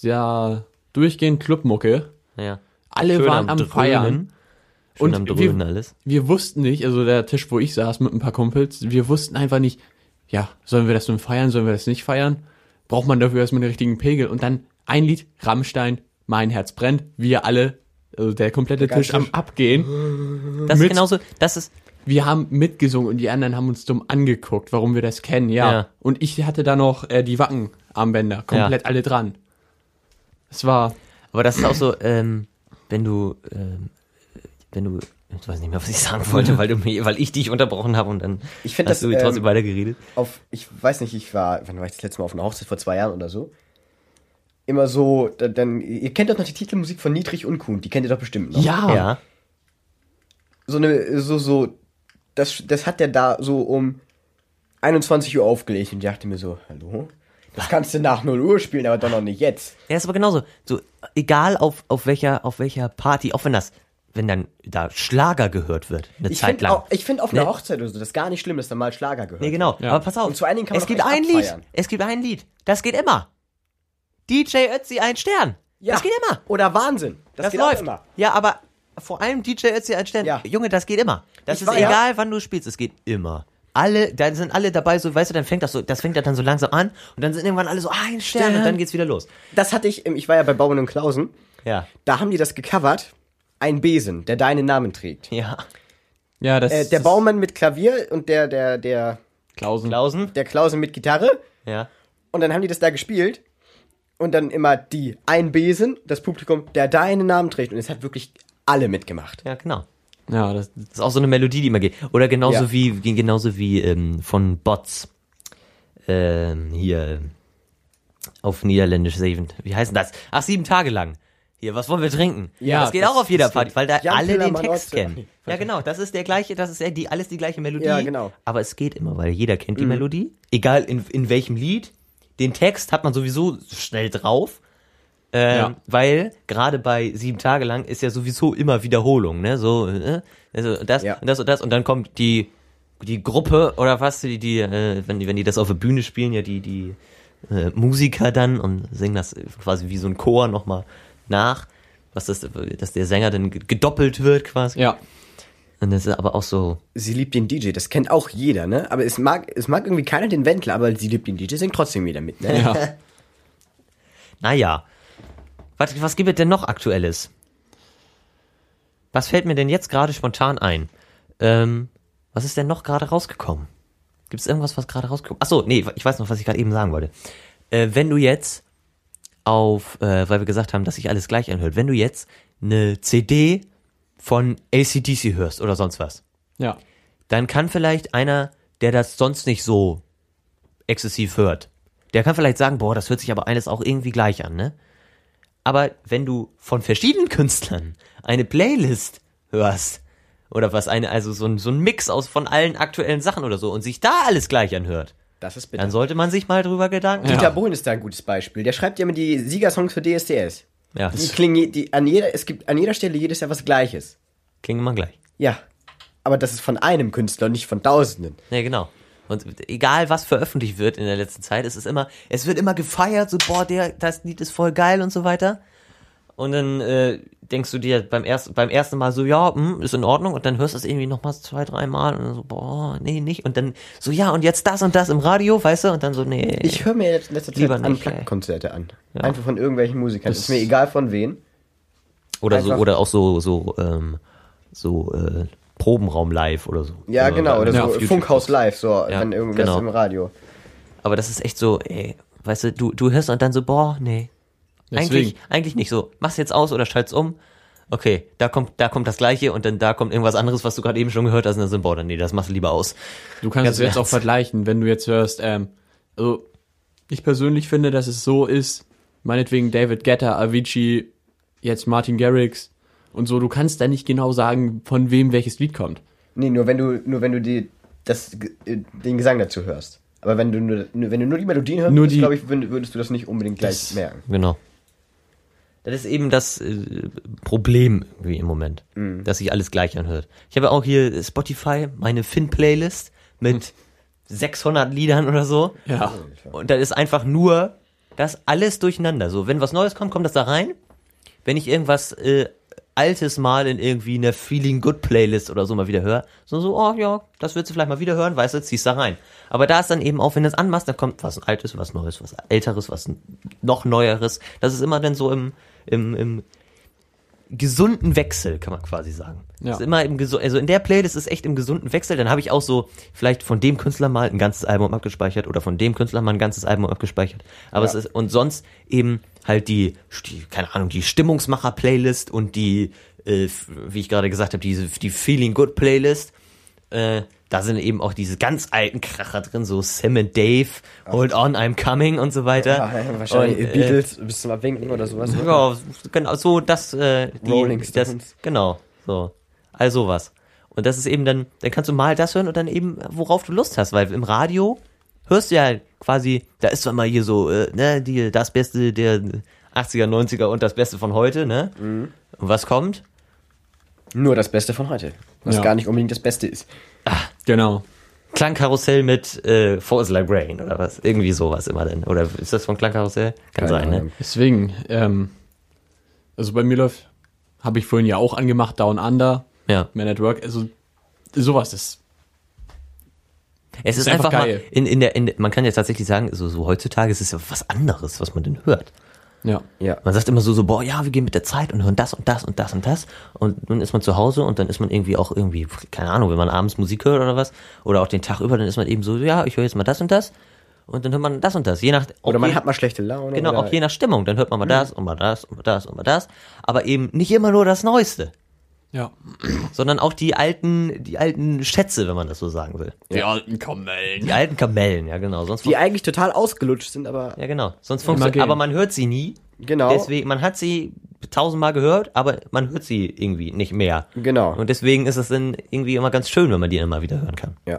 S2: Ja, durchgehend Clubmucke.
S1: Ja.
S2: Alle
S1: Schön
S2: waren am,
S1: Dröhnen.
S2: Feiern.
S1: Schön
S2: Und
S1: am
S2: wir-
S1: Dröhnen alles.
S2: Wir wussten nicht, also der Tisch, wo ich saß mit ein paar Kumpels, wir wussten einfach nicht, ja, sollen wir das nun feiern, sollen wir das nicht feiern? Braucht man dafür erstmal den richtigen Pegel? Und dann ein Lied, Rammstein, Mein Herz brennt, wir alle, also der komplette
S3: ganze
S2: Tisch am
S3: Tisch.
S2: Abgehen.
S1: Das ist
S2: Mit-
S1: genauso, das ist,
S2: Wir haben mitgesungen und die anderen haben uns dumm angeguckt, warum wir das kennen, ja.
S1: Ja.
S2: Und ich hatte da noch äh, die Wackenarmbänder, komplett alle dran. Es war,
S1: aber das ist auch so, ähm, wenn du, ähm, wenn du, ich weiß nicht mehr, was ich sagen wollte, weil du mir, weil ich dich unterbrochen habe und dann
S3: Ich find
S1: hast
S3: das,
S1: du trotzdem
S3: ähm,
S1: weitergeredet.
S3: auf, ich weiß nicht, ich war, wann war ich das letzte Mal auf einer Hochzeit vor zwei Jahren oder so? Immer so, da- dann, ihr kennt doch noch die Titelmusik von Niedrig Unkuhn, die kennt ihr doch bestimmt noch.
S2: ja,
S1: Ja.
S3: So eine, so, so, das, das hat der da so um 21 Uhr aufgelegt und ich dachte mir so, hallo? Das kannst du nach 0 Uhr spielen, aber doch noch nicht jetzt.
S1: Ja, ist aber genauso. So, egal auf, auf welcher, auf welcher Party, auch wenn das, wenn dann da Schlager gehört wird, eine
S3: Ich
S1: Zeit
S3: finde
S1: lang.
S3: auch, ich find auf einer
S1: Nee.
S3: Hochzeit oder so, das ist gar nicht schlimm, dass da mal Schlager gehört.
S1: Nee, genau.
S2: Ja.
S1: Aber pass auf.
S3: Und zu einigen kann man
S1: es
S3: doch
S1: gibt
S3: echt
S1: ein Lied.
S3: abfeiern.
S1: Es gibt ein Lied. Das geht immer. DJ Ötzi ein Stern.
S3: Ja.
S1: Das geht immer.
S3: Oder Wahnsinn. Das,
S1: Das,
S3: geht
S1: läuft.
S3: auch immer.
S1: Ja, aber vor allem DJ Ötzi ein Stern.
S3: Ja.
S1: Junge, das geht immer. Das
S3: Ich
S1: ist
S3: war- ja.
S1: egal, wann du spielst. Es geht immer. Alle, dann sind alle dabei, so, weißt du, dann fängt das so, das fängt dann so langsam an und dann sind irgendwann alle so, ah, ein Stern,
S3: Stern.
S1: und dann geht's wieder los.
S3: Das hatte ich, im- ich war ja bei Baumann und Klausen,
S1: Ja.
S3: da haben die das gecovert. Ein Besen, der deinen Namen trägt.
S1: Ja.
S2: ja, das
S3: Äh, der
S2: das-
S3: Baumann mit Klavier und der, der, der,
S2: Klausen.
S1: Klausen?
S3: der Klausen mit Gitarre.
S1: Ja.
S3: Und dann haben die das da gespielt. Und dann immer die ein Besen, das Publikum, der deinen Namen trägt. Und es hat wirklich alle mitgemacht.
S1: Ja, genau.
S2: Ja, das,
S1: Das ist auch so eine Melodie, die immer geht. Oder genauso
S3: Ja.
S1: wie, ge- genauso wie ähm, von Bots. Ähm, hier auf Niederländisch. sieben- Wie heißt denn das? Ach, sieben Tage lang. Hier, was wollen wir trinken?
S2: Ja,
S1: das geht
S2: das-
S1: auch auf jeder
S2: das
S1: Party, weil da
S3: Jan
S1: alle den
S3: Pillermann
S1: Text
S3: Otze.
S1: kennen. Ja, genau, das ist der gleiche, das ist ja die, alles die gleiche Melodie.
S3: Ja, genau. Mhm.
S1: Aber es geht immer, weil jeder kennt die Melodie. Egal in, in welchem Lied. Den Text hat man sowieso schnell drauf. Ähm,
S2: Ja.
S1: Weil gerade bei sieben Tage lang ist ja sowieso immer Wiederholung, ne? So, äh, also das
S3: Ja.
S1: und das und das und dann kommt die die Gruppe oder was, die, die äh, wenn, die- wenn die das auf der Bühne spielen, ja die die äh, Musiker dann und singen das quasi wie so ein Chor nochmal nach, was das, dass der Sänger dann gedoppelt wird quasi.
S2: ja.
S1: Und das ist aber auch so,
S3: Sie liebt den DJ, das kennt auch jeder, ne? Aber es mag, es mag irgendwie keiner den Wendler, aber sie liebt den DJ, singt trotzdem jeder mit, ne?
S2: ja.
S1: naja. Was, was gibt es denn noch Aktuelles? Was fällt mir denn jetzt gerade spontan ein? Ähm, was ist denn noch gerade rausgekommen? Gibt es irgendwas, was gerade rausgekommen ist? Achso, nee, ich weiß noch, was ich gerade eben sagen wollte. Äh, wenn du jetzt auf, äh, weil wir gesagt haben, dass sich alles gleich anhört, wenn du jetzt eine CD von ACDC hörst oder sonst was,
S2: Ja.
S1: dann kann vielleicht einer, der das sonst nicht so exzessiv hört, der kann vielleicht sagen, boah, das hört sich aber eines auch irgendwie gleich an, ne? Aber wenn du von verschiedenen Künstlern eine Playlist hörst, oder was eine, also so ein, so ein Mix aus von allen aktuellen Sachen oder so und sich da alles gleich anhört,
S3: Das ist bitter.
S1: dann sollte man sich mal drüber Gedanken.
S2: Also, Ja.
S3: Dieter Bohlen ist da ein gutes Beispiel. Der schreibt ja immer die Siegersongs für DSDS.
S1: Ja,
S3: Die
S1: das
S3: klingen, je- die, an jeder, es gibt an jeder Stelle jedes Jahr was Gleiches.
S1: klingt immer gleich.
S3: Ja. Aber das ist von einem Künstler und nicht von Tausenden.
S1: Ja, genau. Und egal was veröffentlicht wird in der letzten Zeit, es ist immer, es wird immer gefeiert, so boah, der, das Lied ist voll geil und so weiter. Und dann äh, denkst du dir beim, erst, beim ersten Mal so, ja, hm, ist in Ordnung. Und dann hörst du es irgendwie nochmal zwei, dreimal und dann so, boah, nee, nicht. Und dann so, ja, und jetzt das und das im Radio, weißt du? Und dann so, nee.
S3: Ich höre mir jetzt in letzter Zeit
S1: Lieber nicht,
S3: Unplugged-Konzerte an. Einfach von irgendwelchen Musikern. ist mir egal von wem.
S1: oder so,
S3: einfach-
S1: oder auch so, so, ähm, so, äh, Probenraum live oder so.
S3: Ja,
S1: Oder-
S3: genau. Oder
S1: ja, auf
S3: so
S1: YouTube.
S3: Funkhaus Live, so,
S1: Ja,
S3: wenn irgendwas
S1: genau.
S3: im Radio.
S1: Aber das ist echt so, ey, weißt du, du, du hörst und dann so, boah, nee. Eigentlich,
S2: Deswegen.
S1: eigentlich nicht so. Mach's jetzt aus oder schalt's um. Okay, da kommt, da kommt das Gleiche und dann da kommt irgendwas anderes, was du gerade eben schon gehört hast und dann so, boah, dann nee, das machst du lieber aus.
S2: Du kannst
S1: Ganz
S2: es jetzt
S1: im
S2: auch vergleichen, wenn du jetzt hörst, ähm, also ich persönlich finde, dass es so ist, meinetwegen David Guetta, Avicii, jetzt Martin Garrix und so, du kannst da nicht genau sagen, von wem welches Lied kommt.
S3: Nee, nur wenn du, nur wenn du die, das, äh, den Gesang dazu hörst. Aber wenn du nur, nur- wenn du nur die Melodien hörst,
S2: Nur die-
S3: glaube ich, würd- würdest du das nicht unbedingt gleich
S2: Das-
S3: merken.
S1: Genau. Das ist eben das äh, Problem irgendwie im Moment,
S2: Mhm.
S1: dass sich alles gleich anhört. Ich habe auch hier Spotify, meine Fin-Playlist mit 600 Liedern oder so.
S2: Ja.
S1: Und da ist einfach nur Das ist alles durcheinander. So, wenn was Neues kommt, kommt das da rein. Wenn ich irgendwas äh, Altes mal in irgendwie einer Feeling Good Playlist oder so mal wieder höre, so, so, oh ja, das willst du vielleicht mal wieder hören, weißt du, ziehst da rein. Aber da ist dann eben auch, wenn du es anmachst, dann kommt was Altes, was Neues, was Älteres, was noch Neueres. Das ist immer dann so im, im, im gesunden Wechsel, kann man quasi sagen.
S2: Ja.
S1: Ist immer im gesu- also in der Playlist ist echt im gesunden Wechsel. Dann habe ich auch so vielleicht von dem Künstler mal ein ganzes Album abgespeichert oder von dem Künstler mal ein ganzes Album abgespeichert. Aber
S3: Ja.
S1: es ist und sonst eben halt die, die keine Ahnung die Stimmungsmacher-Playlist und die äh, f- wie ich gerade gesagt habe diese die Feeling Good Playlist. Äh, da sind eben auch diese ganz alten Kracher drin, so Sam and Dave, Hold On, I'm Coming und so weiter.
S3: Ah, Ja, wahrscheinlich
S1: Und, äh,
S3: Beatles, ein bisschen mal winken oder sowas. ne?
S1: ja, genau, so das, äh, die,
S3: Rolling
S1: das,
S3: Stones.
S1: genau, so, all sowas. Und das ist eben dann, dann kannst du mal das hören und dann eben, worauf du Lust hast, weil im Radio hörst du ja quasi, da ist zwar mal hier so, äh, ne, die, das Beste der 80er, 90er und das Beste von heute, ne?
S3: Mhm.
S1: Und was kommt?
S3: Nur das Beste von heute. Was
S2: Ja.
S3: gar nicht unbedingt das Beste ist.
S2: Genau.
S1: Klangkarussell mit äh, Force Like Rain oder was? Irgendwie sowas immer denn. Oder ist das von Klangkarussell? Kann
S3: Keine
S1: sein, ne?
S3: Ahnung.
S2: Deswegen, ähm, also bei mir läuft, habe ich vorhin ja auch angemacht, Down Under,
S1: Ja.
S2: Man at Work, also sowas ist.
S1: Es ist,
S2: Ist einfach
S1: einfach, mal
S2: geil.
S1: in, in der, in, der- man kann ja tatsächlich sagen, so, so heutzutage ist es ja was anderes, was man denn hört.
S2: Ja.
S3: Ja.
S1: Man sagt immer so, so, boah, ja, wir gehen mit der Zeit und hören das und das und das und das. Und nun ist man zu Hause und dann ist man irgendwie auch irgendwie, keine Ahnung, wenn man abends Musik hört oder was, oder auch den Tag über, dann ist man eben so, ja, ich höre jetzt mal das und das. Und dann hört man das und das. Je nach,
S3: Oder
S1: auch
S3: man
S1: je,
S3: hat mal schlechte Laune.
S1: genau,
S3: oder Mhm.
S1: auch je nach Stimmung. Dann hört man mal das und mal das und mal das und mal das. Aber eben nicht immer nur das Neueste,
S2: Ja.
S1: sondern auch die alten, die alten Schätze, wenn man das so sagen will.
S2: Die alten Kamellen.
S1: Die alten Kamellen, ja, genau. Sonst
S3: die eigentlich total ausgelutscht sind, aber
S1: Ja, genau. Sonst
S2: Immer gehen.
S1: funktioniert. Aber man hört sie nie.
S3: Genau.
S1: Deswegen, man hat sie tausendmal gehört, aber man hört sie irgendwie nicht mehr.
S3: Genau.
S1: Und deswegen ist es dann irgendwie immer ganz schön, wenn man die immer wieder hören kann.
S3: ja.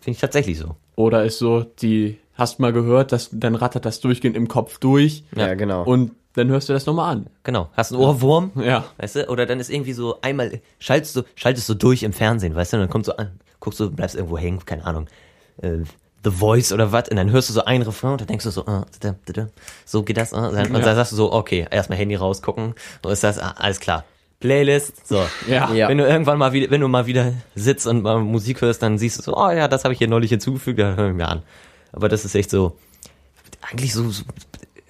S1: Finde ich tatsächlich so.
S2: Oder ist so, die hast mal gehört, dass, dann rattert das durchgehend im Kopf durch
S3: Ja, genau.
S2: und dann hörst du das nochmal an.
S1: Genau. Hast einen Ohrwurm?
S2: Ja.
S1: Weißt du? Oder dann ist irgendwie so einmal, schaltest du, schaltest du durch im Fernsehen, weißt du? Und dann kommt so an, guckst du, bleibst irgendwo hängen, keine Ahnung. Äh, The Voice oder was, und dann hörst du so einen Refrain und dann denkst du so, ah, da, da, da, so geht das, ah. und dann, und
S2: Ja.
S1: dann sagst du so, okay, erstmal Handy rausgucken, so ist das, ah, alles klar. Playlist, so.
S2: Ja.
S3: Ja.
S1: Wenn du irgendwann mal wieder, wenn du mal wieder sitzt und mal Musik hörst, dann siehst du so, oh ja, das habe ich hier neulich hinzugefügt, dann hören wir an. Aber das ist echt so, eigentlich so, so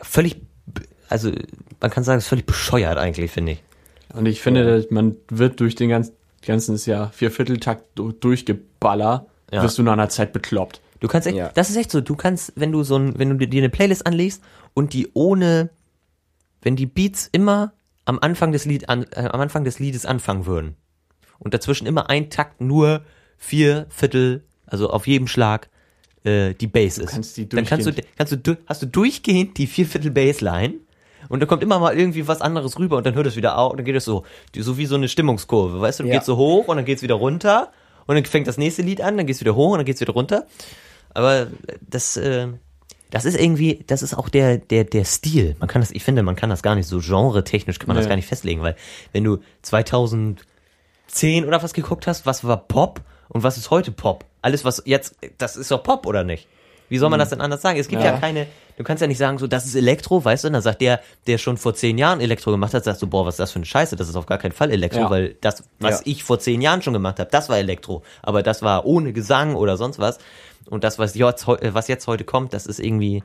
S1: völlig, b- also man kann sagen, es ist völlig bescheuert eigentlich, finde ich.
S2: Und ich finde, man wird durch den ganzen, ganzen Jahr Viervierteltakt du- durchgeballer,
S1: Ja.
S2: wirst du nach einer Zeit bekloppt.
S1: Du kannst echt,
S3: Ja.
S1: das ist echt so, du kannst, wenn du so ein, wenn du dir eine Playlist anlegst und die ohne, wenn die Beats immer am Anfang des Lied an, äh, am Anfang des Liedes anfangen würden und dazwischen immer ein Takt nur vier Viertel, also auf jedem Schlag äh, die Bass ist.
S2: kannst die
S1: dann kannst du kannst du du- hast du durchgehend die vier Viertel Bassline und dann kommt immer mal irgendwie was anderes rüber und dann hört es wieder auf und dann geht es so die- so wie so eine Stimmungskurve, weißt du, dann
S3: Ja.
S1: geht's so hoch und dann geht's wieder runter und dann fängt das nächste Lied an, dann geht's wieder hoch und dann geht's wieder runter. Aber das, äh, das ist irgendwie, das ist auch der, der, der Stil. Man kann das, ich finde, man kann das gar nicht so genre-technisch kann man das
S2: Nee.
S1: gar nicht festlegen, weil wenn du 2010 oder was geguckt hast, was war Pop und was ist heute Pop? Alles, was jetzt, das ist doch Pop oder nicht? Wie soll man das denn anders sagen? Es gibt ja.
S2: Hm. Ja.
S1: keine, du kannst ja nicht sagen, so, das ist Elektro, weißt du? Und dann sagt der, der schon vor zehn Jahren Elektro gemacht hat, sagst du, boah, was ist das für eine Scheiße? Das ist auf gar keinen Fall Elektro,
S2: Ja.
S1: weil das, was
S3: Ja.
S1: ich vor zehn Jahren schon gemacht habe, das war Elektro. Aber das war ohne Gesang oder sonst was. Und das, was jetzt, heu- äh, was jetzt heute kommt, das ist irgendwie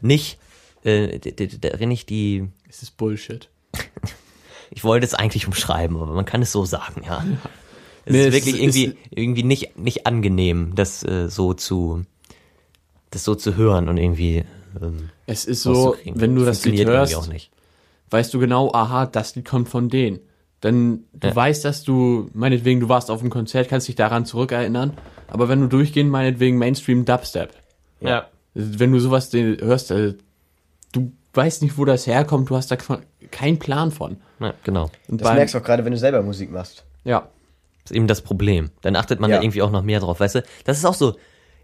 S1: nicht, äh, d- d- d- nicht die,
S2: Es ist Bullshit.
S1: ich wollte es eigentlich umschreiben, aber man kann es so sagen, ja. Es
S2: Nee,
S1: ist
S2: es
S1: wirklich
S2: ist-
S1: irgendwie, irgendwie nicht, nicht angenehm, das äh, so zu, das so zu hören und irgendwie, ähm,
S2: Es ist so,
S1: rauszukriegen.
S2: wenn du das Lied
S1: Funktioniert irgendwie
S2: hörst,
S1: auch nicht.
S2: weißt du genau, aha, das Lied kommt von denen. Denn du
S1: Ja.
S2: weißt, dass du, meinetwegen, du warst auf dem Konzert, kannst dich daran zurückerinnern. Aber wenn du durchgehend, meinetwegen, Mainstream Dubstep,
S1: Ja.
S2: wenn du sowas de- hörst, äh, du weißt nicht, wo das herkommt, du hast da qu- keinen Plan von.
S1: ja. Genau.
S2: Und
S3: Das merkst du auch gerade, wenn du selber Musik machst.
S2: Ja,
S1: ist eben das Problem. Dann achtet man
S3: Ja.
S1: da irgendwie auch noch mehr drauf, weißt du? Das ist auch so.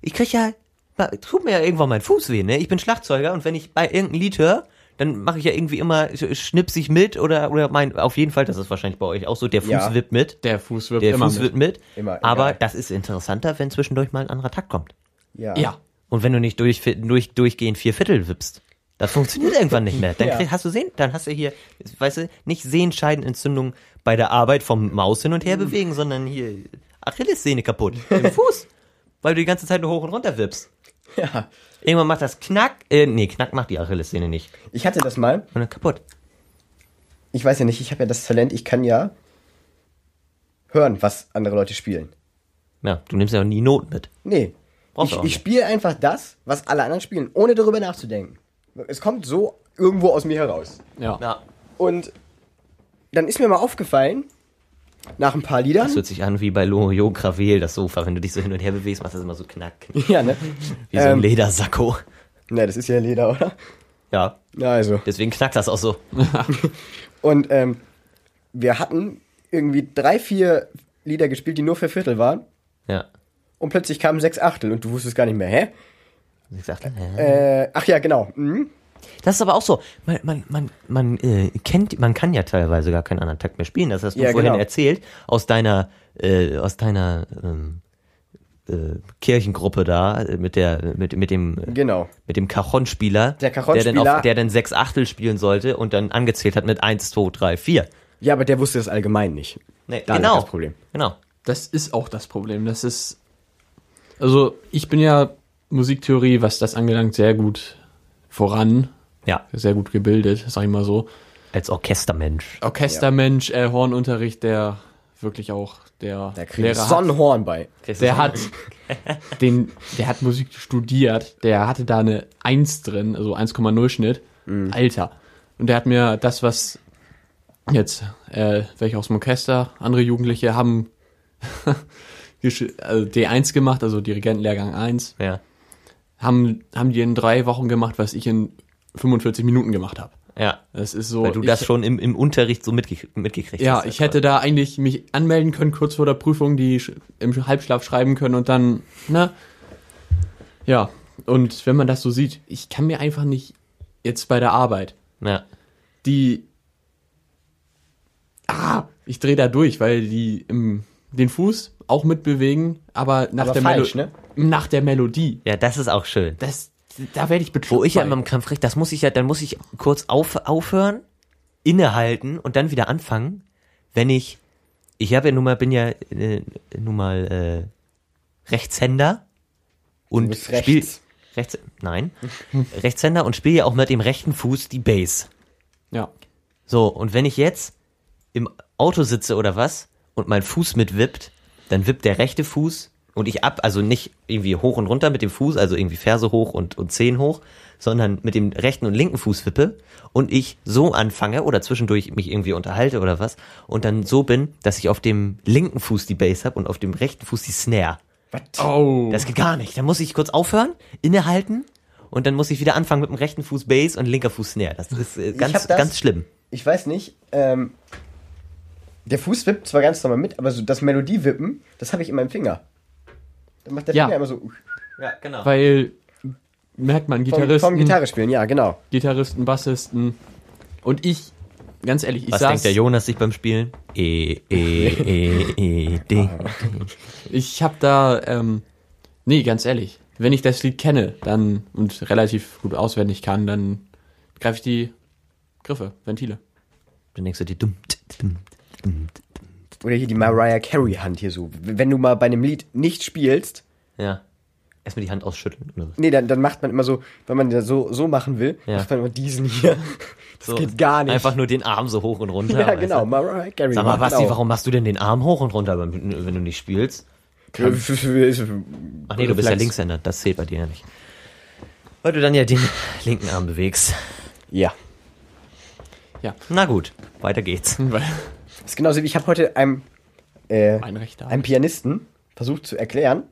S1: Ich krieg ja, ma- tut mir ja irgendwann mein Fuß weh, ne? Ich bin Schlagzeuger und wenn ich bei irgendeinem Lied höre, dann mache ich ja irgendwie immer sch- schnipsig mit oder oder mein auf jeden Fall, das ist wahrscheinlich bei euch auch so, der Fuß
S3: Ja.
S1: wippt mit.
S2: der Fuß wird
S1: Der
S2: immer
S1: Fuß
S2: mit.
S1: wippt mit.
S3: Immer, egal.
S1: aber das ist interessanter, wenn zwischendurch mal ein anderer Takt kommt.
S3: Ja.
S2: Ja,
S1: Und wenn du nicht durch, durch durchgehend vier Viertel wippst. Das funktioniert irgendwann nicht mehr. Dann
S3: Ja.
S1: krieg, hast du sehen, dann hast du hier, weißt du, nicht Sehenscheidenentzündung bei der Arbeit vom Maus hin und
S3: Mm.
S1: her bewegen, sondern hier Achillessehne kaputt im Fuß, weil du die ganze Zeit nur hoch und runter wippst.
S3: Ja.
S1: Irgendwann macht das Knack, äh, nee, Knack macht die Achillessehne nicht.
S3: Ich hatte das mal.
S1: Und dann kaputt.
S3: Ich weiß ja nicht, ich habe ja das Talent, ich kann ja hören, was andere Leute spielen.
S1: Ja, du nimmst ja auch nie Noten mit.
S3: Nee.
S1: Brauchst du
S3: ich
S1: auch
S3: ich
S1: nicht.
S3: spiele einfach das, was alle anderen spielen, ohne darüber nachzudenken. Es kommt so irgendwo aus mir heraus.
S2: Ja.
S1: Ja.
S3: Und dann ist mir mal aufgefallen, nach ein paar Liedern.
S1: Das hört sich an wie bei Loriot Gravel, das Sofa. Wenn du dich so hin und her bewegst, machst du das immer so knack, knack.
S3: Ja, ne?
S1: Wie so ein
S3: Ähm,
S1: Ledersacko.
S3: ne, das ist ja Leder, oder?
S1: Ja,
S3: Ja, also.
S1: deswegen knackt das auch so.
S3: Und ähm, wir hatten irgendwie drei, vier Lieder gespielt, die nur für Viertel waren.
S1: Ja.
S3: Und plötzlich kamen sechs Achtel und du wusstest gar nicht mehr, hä?
S1: Ich sagte, hä?
S3: Äh, ach ja, genau. Mhm.
S1: Das ist aber auch so. Man, man, man, man äh, kennt, man kann ja teilweise gar keinen anderen Takt mehr spielen. Das hast du
S3: Ja,
S1: vorhin
S3: genau.
S1: erzählt aus deiner, äh, aus deiner ähm, äh, Kirchengruppe da äh, mit der, mit, mit dem, äh,
S3: Genau.
S1: mit dem Cajon-Spieler,
S3: Der Cajon-Spieler.
S1: der, dann auf- der dann sechs Achtel spielen sollte und dann angezählt hat mit eins, zwei, drei, vier.
S3: Ja, aber der wusste das allgemein nicht.
S1: Nee,
S3: Da lag
S1: genau.
S3: das Problem.
S1: Genau.
S2: Das ist auch das Problem. Das ist. Also, ich bin ja Musiktheorie, was das angelangt, sehr gut voran.
S1: Ja,
S2: Sehr gut gebildet, sag ich mal so.
S1: als Orchestermensch.
S2: Orchestermensch, äh, Hornunterricht, der wirklich auch der
S3: Da krieg ich
S2: Lehrer hat.
S3: Sonnenhorn bei.
S2: Der hat den, der hat Musik studiert, der hatte da eine 1 drin, also 1,0 Schnitt.
S1: Mhm.
S2: Alter. Und der hat mir das, was jetzt, äh, welche aus dem Orchester, andere Jugendliche haben gesch- also D1 gemacht, also Dirigentenlehrgang 1,
S1: Ja,
S2: haben, haben die in drei Wochen gemacht, was ich in 45 Minuten gemacht habe.
S1: ja.
S2: Das ist so.
S1: Weil du
S2: ich,
S1: das schon im, im Unterricht so mitge mitgekriegt hast.
S2: ja, ich hätte da eigentlich mich anmelden können, kurz vor der Prüfung, die sch- im Halbschlaf schreiben können und dann, ne? Ja, und wenn man das so sieht, ich kann mir einfach nicht jetzt bei der Arbeit
S1: Ja.
S2: die. Ah, ich drehe da durch, weil die im, den Fuß auch mitbewegen, aber nach
S3: Aber
S2: der
S3: falsch,
S2: Melo- Nach der Melodie.
S1: ja, das ist auch schön.
S2: Das, da werde ich betrogen.
S1: Wo ich ja immer im Kampf krieg, das muss ich ja, dann muss ich kurz auf, aufhören, innehalten und dann wieder anfangen, wenn ich, ich habe ja nun mal, bin ja äh, nun mal äh, Rechtshänder und
S3: bist
S1: spiel-
S3: rechts.
S1: rechts, nein, Rechtshänder und spiele ja auch mit dem rechten Fuß die Bass.
S2: Ja.
S1: So, und wenn ich jetzt im Auto sitze oder was und mein Fuß mitwippt, dann wippt der rechte Fuß und ich ab, also nicht irgendwie hoch und runter mit dem Fuß, also irgendwie Ferse hoch und, und Zehen hoch, sondern mit dem rechten und linken Fuß wippe und ich so anfange oder zwischendurch mich irgendwie unterhalte oder was und dann so bin, dass ich auf dem linken Fuß die Bass habe und auf dem rechten Fuß die Snare.
S2: Oh.
S1: Das geht gar nicht. Dann muss ich kurz aufhören, innehalten und dann muss ich wieder anfangen mit dem rechten Fuß Bass und linker Fuß Snare. Das ist äh, ganz,
S3: hab das-
S1: ganz schlimm.
S3: Ich weiß nicht, ähm, der Fuß wippt zwar ganz normal mit, aber so das Melodiewippen, das habe ich in meinem Finger. Dann macht der
S2: Ja.
S3: Finger immer so uh,
S1: Ja, genau.
S2: weil merkt man,
S3: vom,
S2: Gitarristen.
S3: vom Gitarre spielen, ja, genau.
S2: Gitarristen, Bassisten. Und ich, ganz ehrlich, ich
S1: Was
S2: saß,
S1: denkt der Jonas sich beim Spielen? E, e, e, e, ding.
S2: ich hab da, ähm, nee, ganz ehrlich, wenn ich das Lied kenne, dann, und relativ gut auswendig kann, dann greife ich die Griffe, Ventile.
S1: Dann denkst du dir, dumm, t, dumm, dumm. t.
S3: Oder hier die Mariah Carey Hand hier so. W- Wenn du mal bei einem Lied nicht spielst,
S1: Ja. Erstmal die Hand ausschütteln. Oder was?
S3: nee, dann, dann macht man immer so, wenn man das so, so machen will,
S1: Ja.
S3: macht man immer diesen hier. Das
S1: So,
S3: geht gar nicht.
S1: Einfach nur den Arm so hoch und runter.
S3: ja,
S1: weißt du?
S3: genau, Mariah Carey.
S1: Sag mal,
S3: macht
S1: Basti,
S3: auch.
S1: warum machst du denn den Arm hoch und runter, wenn wenn du nicht spielst? Ach nee, du bist ja
S2: Reflex.
S1: Linkshänder, das zählt bei dir ja nicht. Weil du dann ja den linken Arm bewegst.
S3: Ja.
S1: Na gut, weiter geht's.
S3: Mhm.
S2: Weil
S3: Das ist genauso wie ich habe heute einem, äh,
S2: mein rechter
S3: einem Pianisten versucht zu erklären,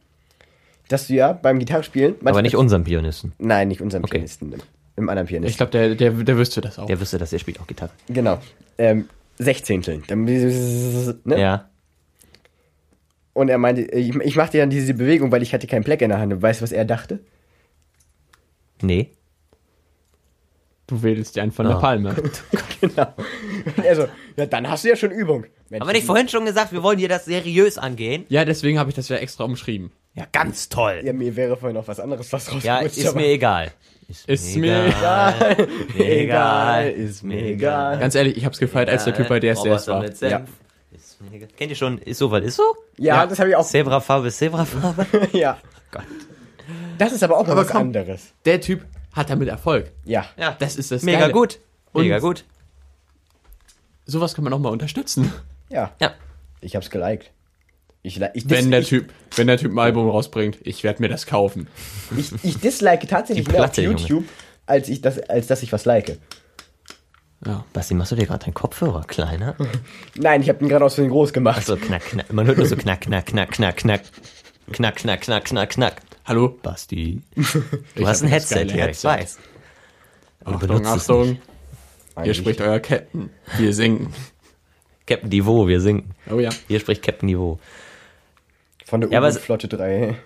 S3: dass du ja beim Gitarrespielen. manchmal-
S1: Aber nicht unserem Pianisten.
S3: Nein, nicht unserem Pianisten. Im, im anderen
S2: Ich
S3: Pianisten.
S2: glaube, der, der, der wüsste das auch.
S1: Der wüsste, dass er spielt auch Gitarre.
S3: genau. Ähm, Sechzehnteln. Dann- Ne?
S1: Ja.
S3: Und er meinte, ich, ich machte ja diese Bewegung, weil ich hatte keinen Pleck in der Hand. Und weißt du, was er dachte?
S1: Nee.
S2: Du wählst dir einen von der
S1: Ah.
S2: Palme.
S3: Genau. Also, ja, dann hast du ja schon Übung. Mensch,
S1: Haben wir nicht vorhin schon gesagt, wir wollen hier das seriös angehen?
S2: Ja, deswegen habe ich das ja extra umschrieben.
S1: Ja, ganz toll.
S3: Ja, mir wäre vorhin noch was anderes was rausgerutscht.
S1: Ja, ist
S3: aber-
S1: mir egal.
S2: Ist mir
S1: Egal. Ist mir egal.
S2: Ganz ehrlich, ich habe es gefeiert, als der Typ bei DSDS
S1: Roboter
S2: war.
S1: mit Senf. Ist mir egal. Kennt ihr schon, ist so, weil ist so?
S3: Ja,
S2: Ja.
S3: das habe ich auch.
S1: Zebrafarbe ist Zebrafarbe.
S3: Ja.
S1: Oh Gott.
S3: Das ist aber auch mal
S2: Aber
S3: was
S2: komm.
S3: anderes.
S2: Der Typ hat damit Erfolg.
S3: Ja.
S1: Ja,
S2: Das ist das
S1: Mega
S2: Geile.
S1: gut. Mega
S2: Und-
S1: gut.
S2: Sowas kann man auch mal unterstützen.
S3: Ja.
S1: Ja.
S3: Ich hab's geliked. Ich, li- ich, dis-
S2: Wenn der,
S3: ich,
S2: typ, wenn der Typ ein Album rausbringt, ich werde mir das kaufen.
S3: ich, ich dislike tatsächlich
S1: Die
S3: mehr auf
S1: Platte, Junge.
S3: YouTube, als ich das, als dass ich was like.
S2: Ja.
S1: Basti, machst du dir gerade deinen Kopfhörer kleiner?
S3: Nein, ich habe den gerade aus Versehen groß gemacht.
S1: So knack, knack. Man hört nur so knack, knack, knack, knack, knack. Knack, knack, knack, knack, knack.
S2: Hallo?
S1: Basti. Du hast
S2: hab
S1: ein
S2: das
S1: Headset
S2: geile
S1: hier, ich
S2: Headset.
S1: weiß. Aber du
S2: Achtung,
S1: benutzt es
S2: Achtung. Hier
S3: Eigentlich.
S2: spricht euer Captain. Wir singen.
S1: Captain Niveau, wir singen.
S2: Oh ja.
S1: Hier spricht Captain Niveau.
S3: Von der
S1: Ja, aber es-
S3: U-Flotte 3.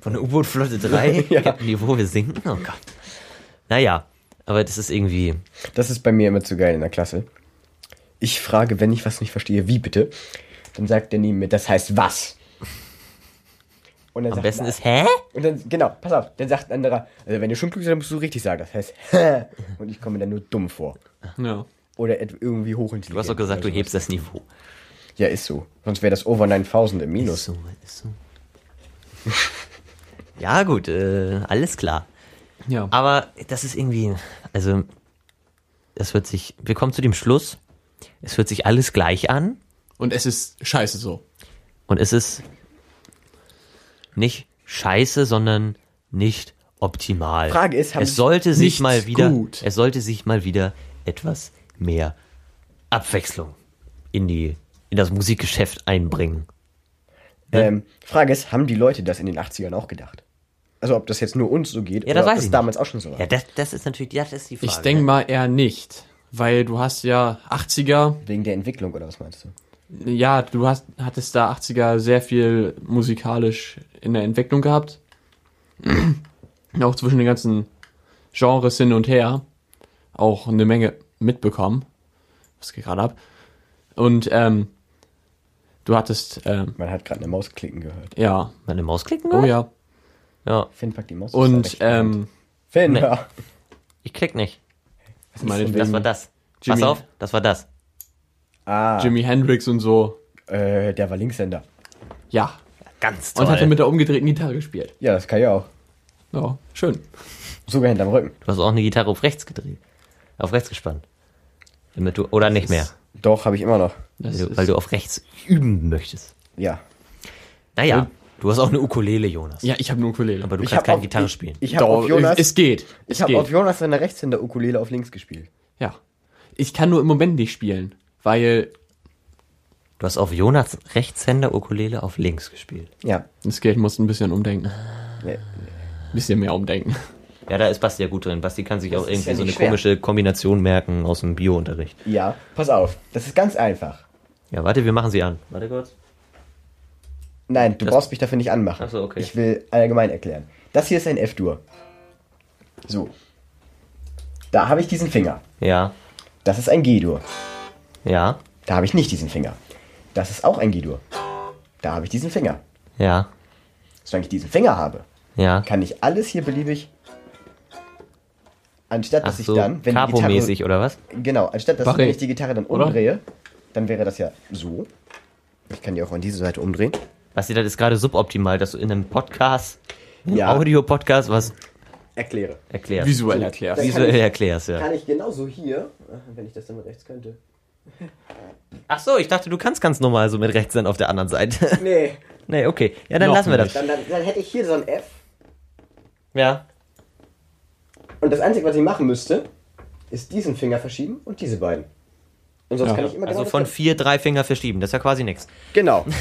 S1: Von der U-Boot-Flotte 3,
S3: Ja.
S1: Captain Niveau, wir singen. Oh Gott. Naja, aber das ist irgendwie.
S3: Das ist bei mir immer zu geil in der Klasse. Ich frage, wenn ich was nicht verstehe, wie bitte? Dann sagt der neben mir, das heißt was? Und dann
S1: Am
S3: sagt
S1: besten
S3: ein-
S1: ist, hä?
S3: Und dann, genau, pass auf, dann sagt ein anderer, also wenn du schon klug bist, dann musst du richtig sagen. Das heißt, hä? Und ich komme mir dann nur dumm vor.
S2: ja.
S3: Oder et- irgendwie hochintelligent.
S1: Du hast doch gesagt, du
S3: oder sowas.
S1: hebst das Niveau.
S3: Ja, ist so. Sonst wäre das Over 9000 im
S1: Ist
S3: Minus.
S1: so, ist so. Ja, gut, äh, alles klar.
S2: Ja.
S1: Aber das ist irgendwie, also, es hört sich, wir kommen zu dem Schluss, es hört sich alles gleich an
S2: Und es ist scheiße so.
S1: und es ist nicht scheiße, sondern nicht optimal.
S3: Frage ist, haben
S1: es sollte sich
S2: nichts
S1: mal wieder,
S2: gut?
S1: es sollte sich mal wieder etwas mehr Abwechslung in die, in das Musikgeschäft einbringen.
S3: Ähm, Frage ist, haben die Leute das in den 80ern auch gedacht? Also ob das jetzt nur uns so geht
S1: Ja,
S3: oder
S1: das
S3: ob
S1: weiß
S3: das
S1: ich
S3: damals auch schon so war.
S1: Ja, das, das ist natürlich, ja, das ist die Frage. ne?
S2: Ich denke mal eher nicht. Weil du hast ja 80er,
S3: Wegen der Entwicklung oder was meinst du?
S2: ja, du hast, hattest da 80er sehr viel musikalisch in der Entwicklung gehabt. auch zwischen den ganzen Genres hin und her. Auch eine Menge mitbekommen. Was geht gerade ab? Und ähm, du hattest, ähm,
S3: Man hat gerade eine Maus klicken gehört.
S2: ja,
S1: Meine Maus klicken?
S2: oh
S1: will?
S2: ja.
S1: ja.
S3: Finn packt die Maus. aus der
S2: Und
S3: rechten Hand.
S2: ähm,
S3: Finn,
S1: nee.
S3: ja.
S1: Ich klick nicht.
S2: meinetwegen
S1: Das war das.
S2: Jimmy.
S1: Pass auf, das war das.
S3: Ah,
S2: Jimi Hendrix und so.
S3: äh, der war Linkshänder.
S2: Ja.
S1: Ganz toll.
S2: Und hat er mit der umgedrehten Gitarre gespielt.
S3: Ja, das kann ich auch.
S2: Ja, schön.
S3: Sogar hinterm Rücken.
S1: du hast auch eine Gitarre auf rechts gedreht. Auf rechts gespannt. Damit du, oder nicht mehr.
S3: Doch, habe ich immer noch.
S2: Das
S1: Weil du,
S2: ist,
S1: weil du auf rechts üben möchtest.
S3: Ja.
S1: Naja,
S2: Ja.
S1: du hast auch eine Ukulele, Jonas.
S2: ja, ich habe eine Ukulele.
S1: Aber du
S3: Ich
S1: kannst
S3: hab
S1: keine
S3: auf-
S1: Gitarre spielen.
S3: Ich, ich habe auf
S2: Doch,
S3: Jonas,
S2: es geht. Es
S3: ich hab
S2: geht.
S3: auf Jonas seine Rechtshänder-Ukulele auf links gespielt.
S2: ja. Ich kann nur im Moment nicht spielen, weil
S1: Du hast auf Jonas Rechtshänder-Ukulele auf links gespielt.
S3: Ja.
S2: das Geld muss ein bisschen umdenken.
S3: Nee.
S2: Ein bisschen mehr umdenken.
S1: Ja, da ist Basti ja gut drin. Basti kann sich auch
S3: ist
S1: irgendwie
S3: ja
S1: so eine
S3: nicht schwer.
S1: komische Kombination merken aus dem Bio-Unterricht.
S3: Ja, pass auf. Das ist ganz einfach.
S1: Ja, warte, wir machen sie an. Warte kurz.
S3: Nein, du
S1: Das-
S3: brauchst mich dafür nicht anmachen.
S1: Ach so, okay.
S3: Ich will allgemein erklären. Das hier ist ein F-Dur. So. Da habe ich diesen Finger.
S1: Ja,
S3: Das ist ein G-Dur.
S1: ja,
S3: Da habe ich nicht diesen Finger. Das ist auch ein G-Dur. Da habe ich diesen Finger.
S1: ja,
S3: Solange ich diesen Finger habe,
S1: ja.
S3: kann ich alles hier beliebig. Anstatt
S1: Ach
S3: dass
S1: so,
S3: ich dann, wenn die Gitarre
S1: Capo-mäßig oder was?
S3: Genau, anstatt dass
S2: Barré.
S3: wenn ich die Gitarre dann
S2: Oder?
S3: umdrehe, dann wäre das ja so. Ich kann die auch an diese Seite umdrehen.
S1: Basti, das ist gerade suboptimal, dass du in einem Podcast, einem
S3: Ja.
S1: Audio-Podcast was
S3: Erkläre.
S1: erklärst.
S2: Visuell
S3: das-
S2: erklärt.
S1: Visuell erklärst, ja.
S3: Kann ich genauso hier, wenn ich das dann mit rechts könnte.
S1: Ach so, ich dachte, du kannst ganz normal so mit rechts dann auf der anderen Seite.
S3: Nee,
S1: nee, okay. Ja, dann
S2: Noch
S1: lassen wir das.
S3: dann, dann, dann hätte ich hier so ein F.
S1: Ja.
S3: Und das Einzige, was ich machen müsste, ist diesen Finger verschieben und diese beiden. Und sonst
S2: Ja.
S3: kann ich immer
S1: Also
S3: genau
S1: von
S3: das
S1: vier, drei Finger verschieben. Das ist ja quasi nichts.
S3: Genau.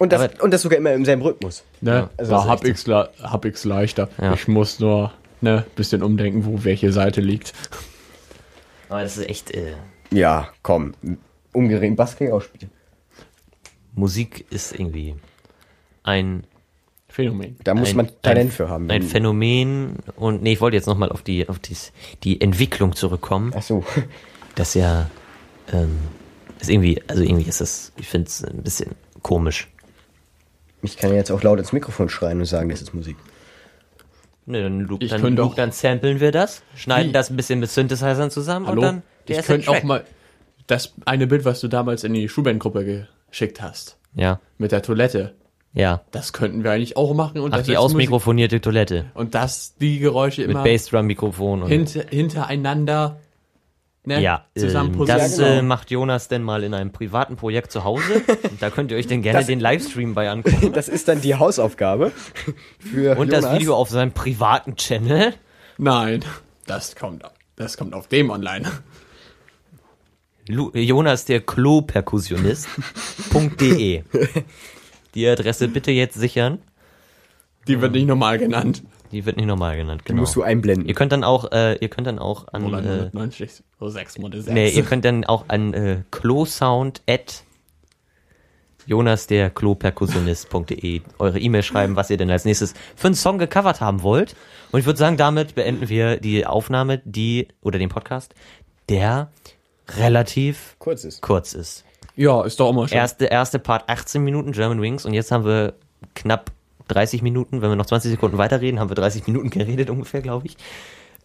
S3: Und das,
S1: Aber-
S3: und das sogar immer im selben Rhythmus.
S2: Ne?
S3: Also das
S2: da
S3: ist
S2: hab
S3: echt
S2: ich's, le- hab ich's leichter.
S1: Ja.
S2: Ich muss nur ne bisschen umdenken, wo welche Seite liegt.
S1: Aber das ist echt. Äh,
S3: Ja, komm. Umgedrehten Bass kann ich auch spielen.
S1: Musik ist irgendwie ein
S2: Phänomen.
S3: Da muss
S1: Ein-
S3: man Talent
S1: ein-
S3: für haben. Hm.
S1: Ein Phänomen und nee, ich wollte jetzt nochmal auf die auf dies, die Entwicklung zurückkommen.
S3: Ach so.
S1: Das ist ja ähm, ist irgendwie, also irgendwie ist das, ich finde es ein bisschen komisch.
S3: Ich kann jetzt auch laut ins Mikrofon schreien und sagen, das ist Musik.
S1: Ne, dann, Luke,
S2: Ich
S1: dann,
S2: könnte
S1: Luke,
S2: auch-
S1: dann samplen wir das, schneiden
S2: Wie?
S1: das ein bisschen mit Synthesizern zusammen
S2: Hallo?
S1: und dann
S2: ich
S1: ist der
S2: könnte auch
S1: Track.
S2: mal das eine Bild, was du damals in die Schulbandgruppe geschickt hast,
S1: Ja,
S2: mit der Toilette,
S1: ja.
S2: das könnten wir eigentlich auch machen. Und
S1: Ach,
S2: das
S1: die
S2: als Musik-
S1: ausmikrofonierte Toilette
S2: Und das, die Geräusche
S1: mit
S2: immer
S1: Bassdrum-Mikrofon. und-
S2: hinter, hintereinander ne,
S1: Ja, ähm,
S2: zusammenposieren.
S1: das
S3: Ja, genau.
S1: äh, macht Jonas denn mal in einem privaten Projekt zu Hause. da könnt ihr euch dann gerne
S3: Das-
S1: den Livestream bei angucken.
S3: Das ist dann die Hausaufgabe für
S1: Und
S3: Jonas.
S1: das Video auf seinem privaten Channel.
S2: Nein, das kommt, das kommt auf dem online.
S1: Lu Jonas der Klo-Perkussionist.de. E. Die Adresse bitte jetzt sichern.
S2: Die wird nicht normal genannt.
S1: Die wird nicht normal genannt,
S3: Die
S1: genau.
S3: musst du einblenden.
S1: Ihr könnt dann auch, äh, ihr könnt dann auch an,
S2: Oder
S1: äh,
S2: 90, so 6 Monate 6.
S1: nee, ihr könnt dann auch an äh, klosound at Jonas der Kloperkussionist.de eure E-Mail schreiben, was ihr denn als nächstes für einen Song gecovert haben wollt. Und ich würde sagen, damit beenden wir die Aufnahme, die, oder den Podcast, der relativ
S3: Kurzes.
S1: kurz ist.
S2: ja, ist doch immer schön.
S1: Erste, erste Part 18 Minuten German Wings und jetzt haben wir knapp 30 Minuten. Wenn wir noch 20 Sekunden weiterreden, haben wir 30 Minuten geredet ungefähr, glaube ich.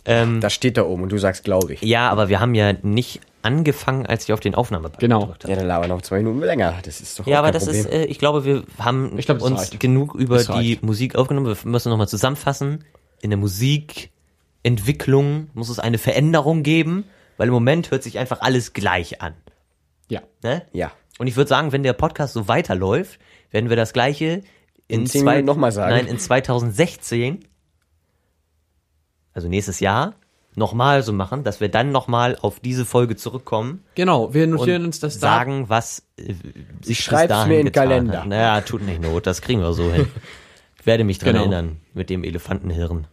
S1: Ähm,
S3: Das steht da oben und du sagst, glaube ich.
S1: ja, aber wir haben ja nicht angefangen, als ich auf den Aufnahmebutton
S2: Genau.
S1: gedrückt habe.
S3: Ja, dann labern noch zwei Minuten länger. Das ist doch
S1: Ja,
S3: auch
S1: aber
S3: kein
S1: das
S3: Problem.
S1: ist, äh, ich glaube, wir haben
S2: Ich glaube, das
S1: uns
S2: reicht.
S1: genug über
S2: Das
S1: die
S2: reicht.
S1: Musik aufgenommen. Wir müssen nochmal zusammenfassen. In der Musikentwicklung muss es eine Veränderung geben, weil im Moment hört sich einfach alles gleich an.
S2: ja.
S1: Ne?
S3: ja.
S1: Und ich würde sagen, wenn der Podcast so weiterläuft, werden wir das gleiche in,
S3: In zehn
S1: zwei-
S3: Minuten noch mal sagen.
S1: Nein, in 2016, also nächstes Jahr, nochmal so machen, dass wir dann nochmal auf diese Folge zurückkommen
S2: Genau, wir
S1: und
S2: notieren uns das da.
S1: sagen, was äh, sich bis
S3: Schreib's
S1: dahin
S3: mir in den
S1: getan
S3: Kalender.
S1: Hat. Naja, tut nicht Not, das kriegen wir so hin. Ich werde mich dran
S2: Genau.
S1: erinnern mit dem Elefantenhirn.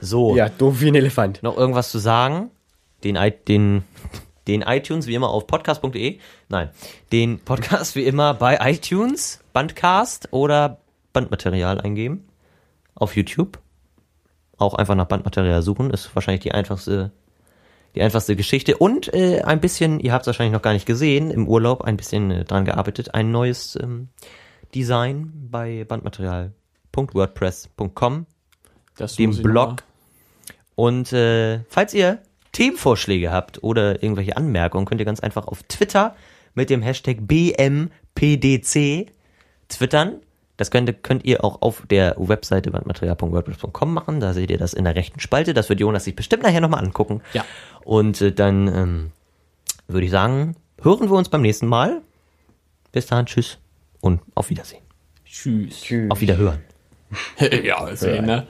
S1: So,
S3: Ja, doof wie ein Elefant.
S1: noch irgendwas zu sagen? Den, i- den, den iTunes wie immer auf podcast.de. Nein, den Podcast wie immer bei iTunes, Bandcast oder Bandmaterial eingeben. Auf YouTube. Auch einfach nach Bandmaterial suchen. Ist wahrscheinlich die einfachste, die einfachste Geschichte. Und äh, ein bisschen, ihr habt es wahrscheinlich noch gar nicht gesehen, im Urlaub ein bisschen äh, dran gearbeitet. Ein neues ähm, Design bei bandmaterial.wordpress.com
S2: das
S1: dem
S2: muss ich
S1: Blog.
S2: noch mal-
S1: Und äh, falls ihr Themenvorschläge habt oder irgendwelche Anmerkungen, könnt ihr ganz einfach auf Twitter mit dem Hashtag BMPDC twittern. Das könnt, könnt ihr auch auf der Webseite bandmaterial.wordpress.com machen. Da seht ihr das in der rechten Spalte. Das wird Jonas sich bestimmt nachher nochmal angucken.
S2: Ja.
S1: Und äh, dann ähm, würde ich sagen, hören wir uns beim nächsten Mal. Bis dahin, tschüss und auf Wiedersehen.
S2: Tschüss.
S3: Tschüss.
S1: Auf Wiederhören.
S2: ja, ist eh, ne?